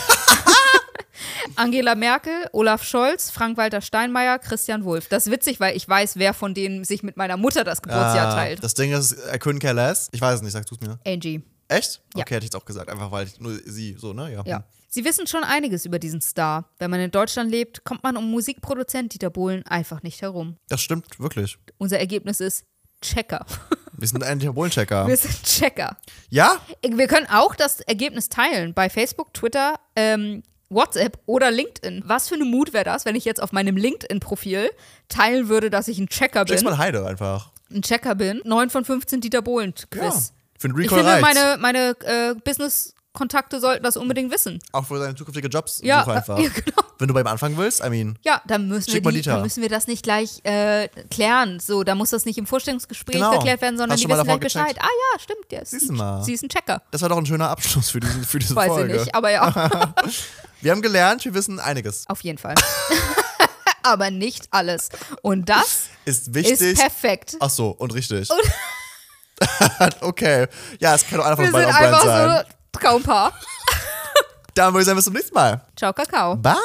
A: Angela Merkel, Olaf Scholz, Frank-Walter Steinmeier, Christian Wulff. Das ist witzig, weil ich weiß, wer von denen sich mit meiner Mutter das Geburtsjahr
B: Ah,
A: teilt.
B: Das Ding ist, I couldn't care less. Ich weiß es nicht, sagst du es mir. ne?
A: Angie,
B: Echt?
A: Ja.
B: Okay, hätte ich jetzt auch gesagt, einfach weil ich nur sie so, ne? Ja.
A: ja.
B: Hm.
A: Sie wissen schon einiges über diesen Star. Wenn man in Deutschland lebt, kommt man um Musikproduzent Dieter Bohlen einfach nicht herum.
B: Das stimmt, wirklich.
A: Unser Ergebnis ist Checker.
B: Wir sind eigentlich Bohlenchecker.
A: Wir sind Checker.
B: Ja?
A: Wir können auch das Ergebnis teilen bei Facebook, Twitter, ähm, WhatsApp oder LinkedIn. Was für eine Mut wäre das, wenn ich jetzt auf meinem LinkedIn-Profil teilen würde, dass ich ein Checker
B: Schick's
A: bin?
B: mal Heide einfach.
A: Ein Checker bin. 9 von 15 Dieter Bohlen
B: Ja.
A: Quiz.
B: Für den
A: Ich
B: Recall
A: finde
B: reicht's.
A: meine, meine äh, Business Kontakte sollten das unbedingt wissen.
B: Auch für deine zukünftige Jobs
A: Ja,
B: suche einfach.
A: ja, genau.
B: Wenn du bei ihm anfangen willst, I mean.
A: Ja, dann müssen, wir,
B: Schick mal
A: die,
B: Dieter.
A: dann müssen wir das nicht gleich äh, klären. So, da muss das nicht im Vorstellungsgespräch
B: Genau.
A: geklärt werden, sondern
B: Hast
A: die
B: du mal
A: wissen gleich
B: davor
A: Bescheid.
B: gecheckt?
A: Ah ja, stimmt. Der ist
B: Siehst du
A: ein,
B: mal.
A: Sie ist ein Checker.
B: Das war doch ein schöner Abschluss für, diesen, für diese
A: Weiß
B: Folge.
A: ich nicht, aber ja,
B: Wir haben gelernt, wir wissen einiges.
A: auf jeden Fall. aber nicht alles. Und das
B: Ist wichtig.
A: ist perfekt.
B: Ach so, und richtig. okay. Ja, es kann doch einer von
A: Wir
B: uns beiden
A: sind
B: auf Brand sein.
A: einfach so kaum paar.
B: Dann würde ich sagen, bis zum nächsten Mal.
A: Ciao, Kakao.
B: Bye.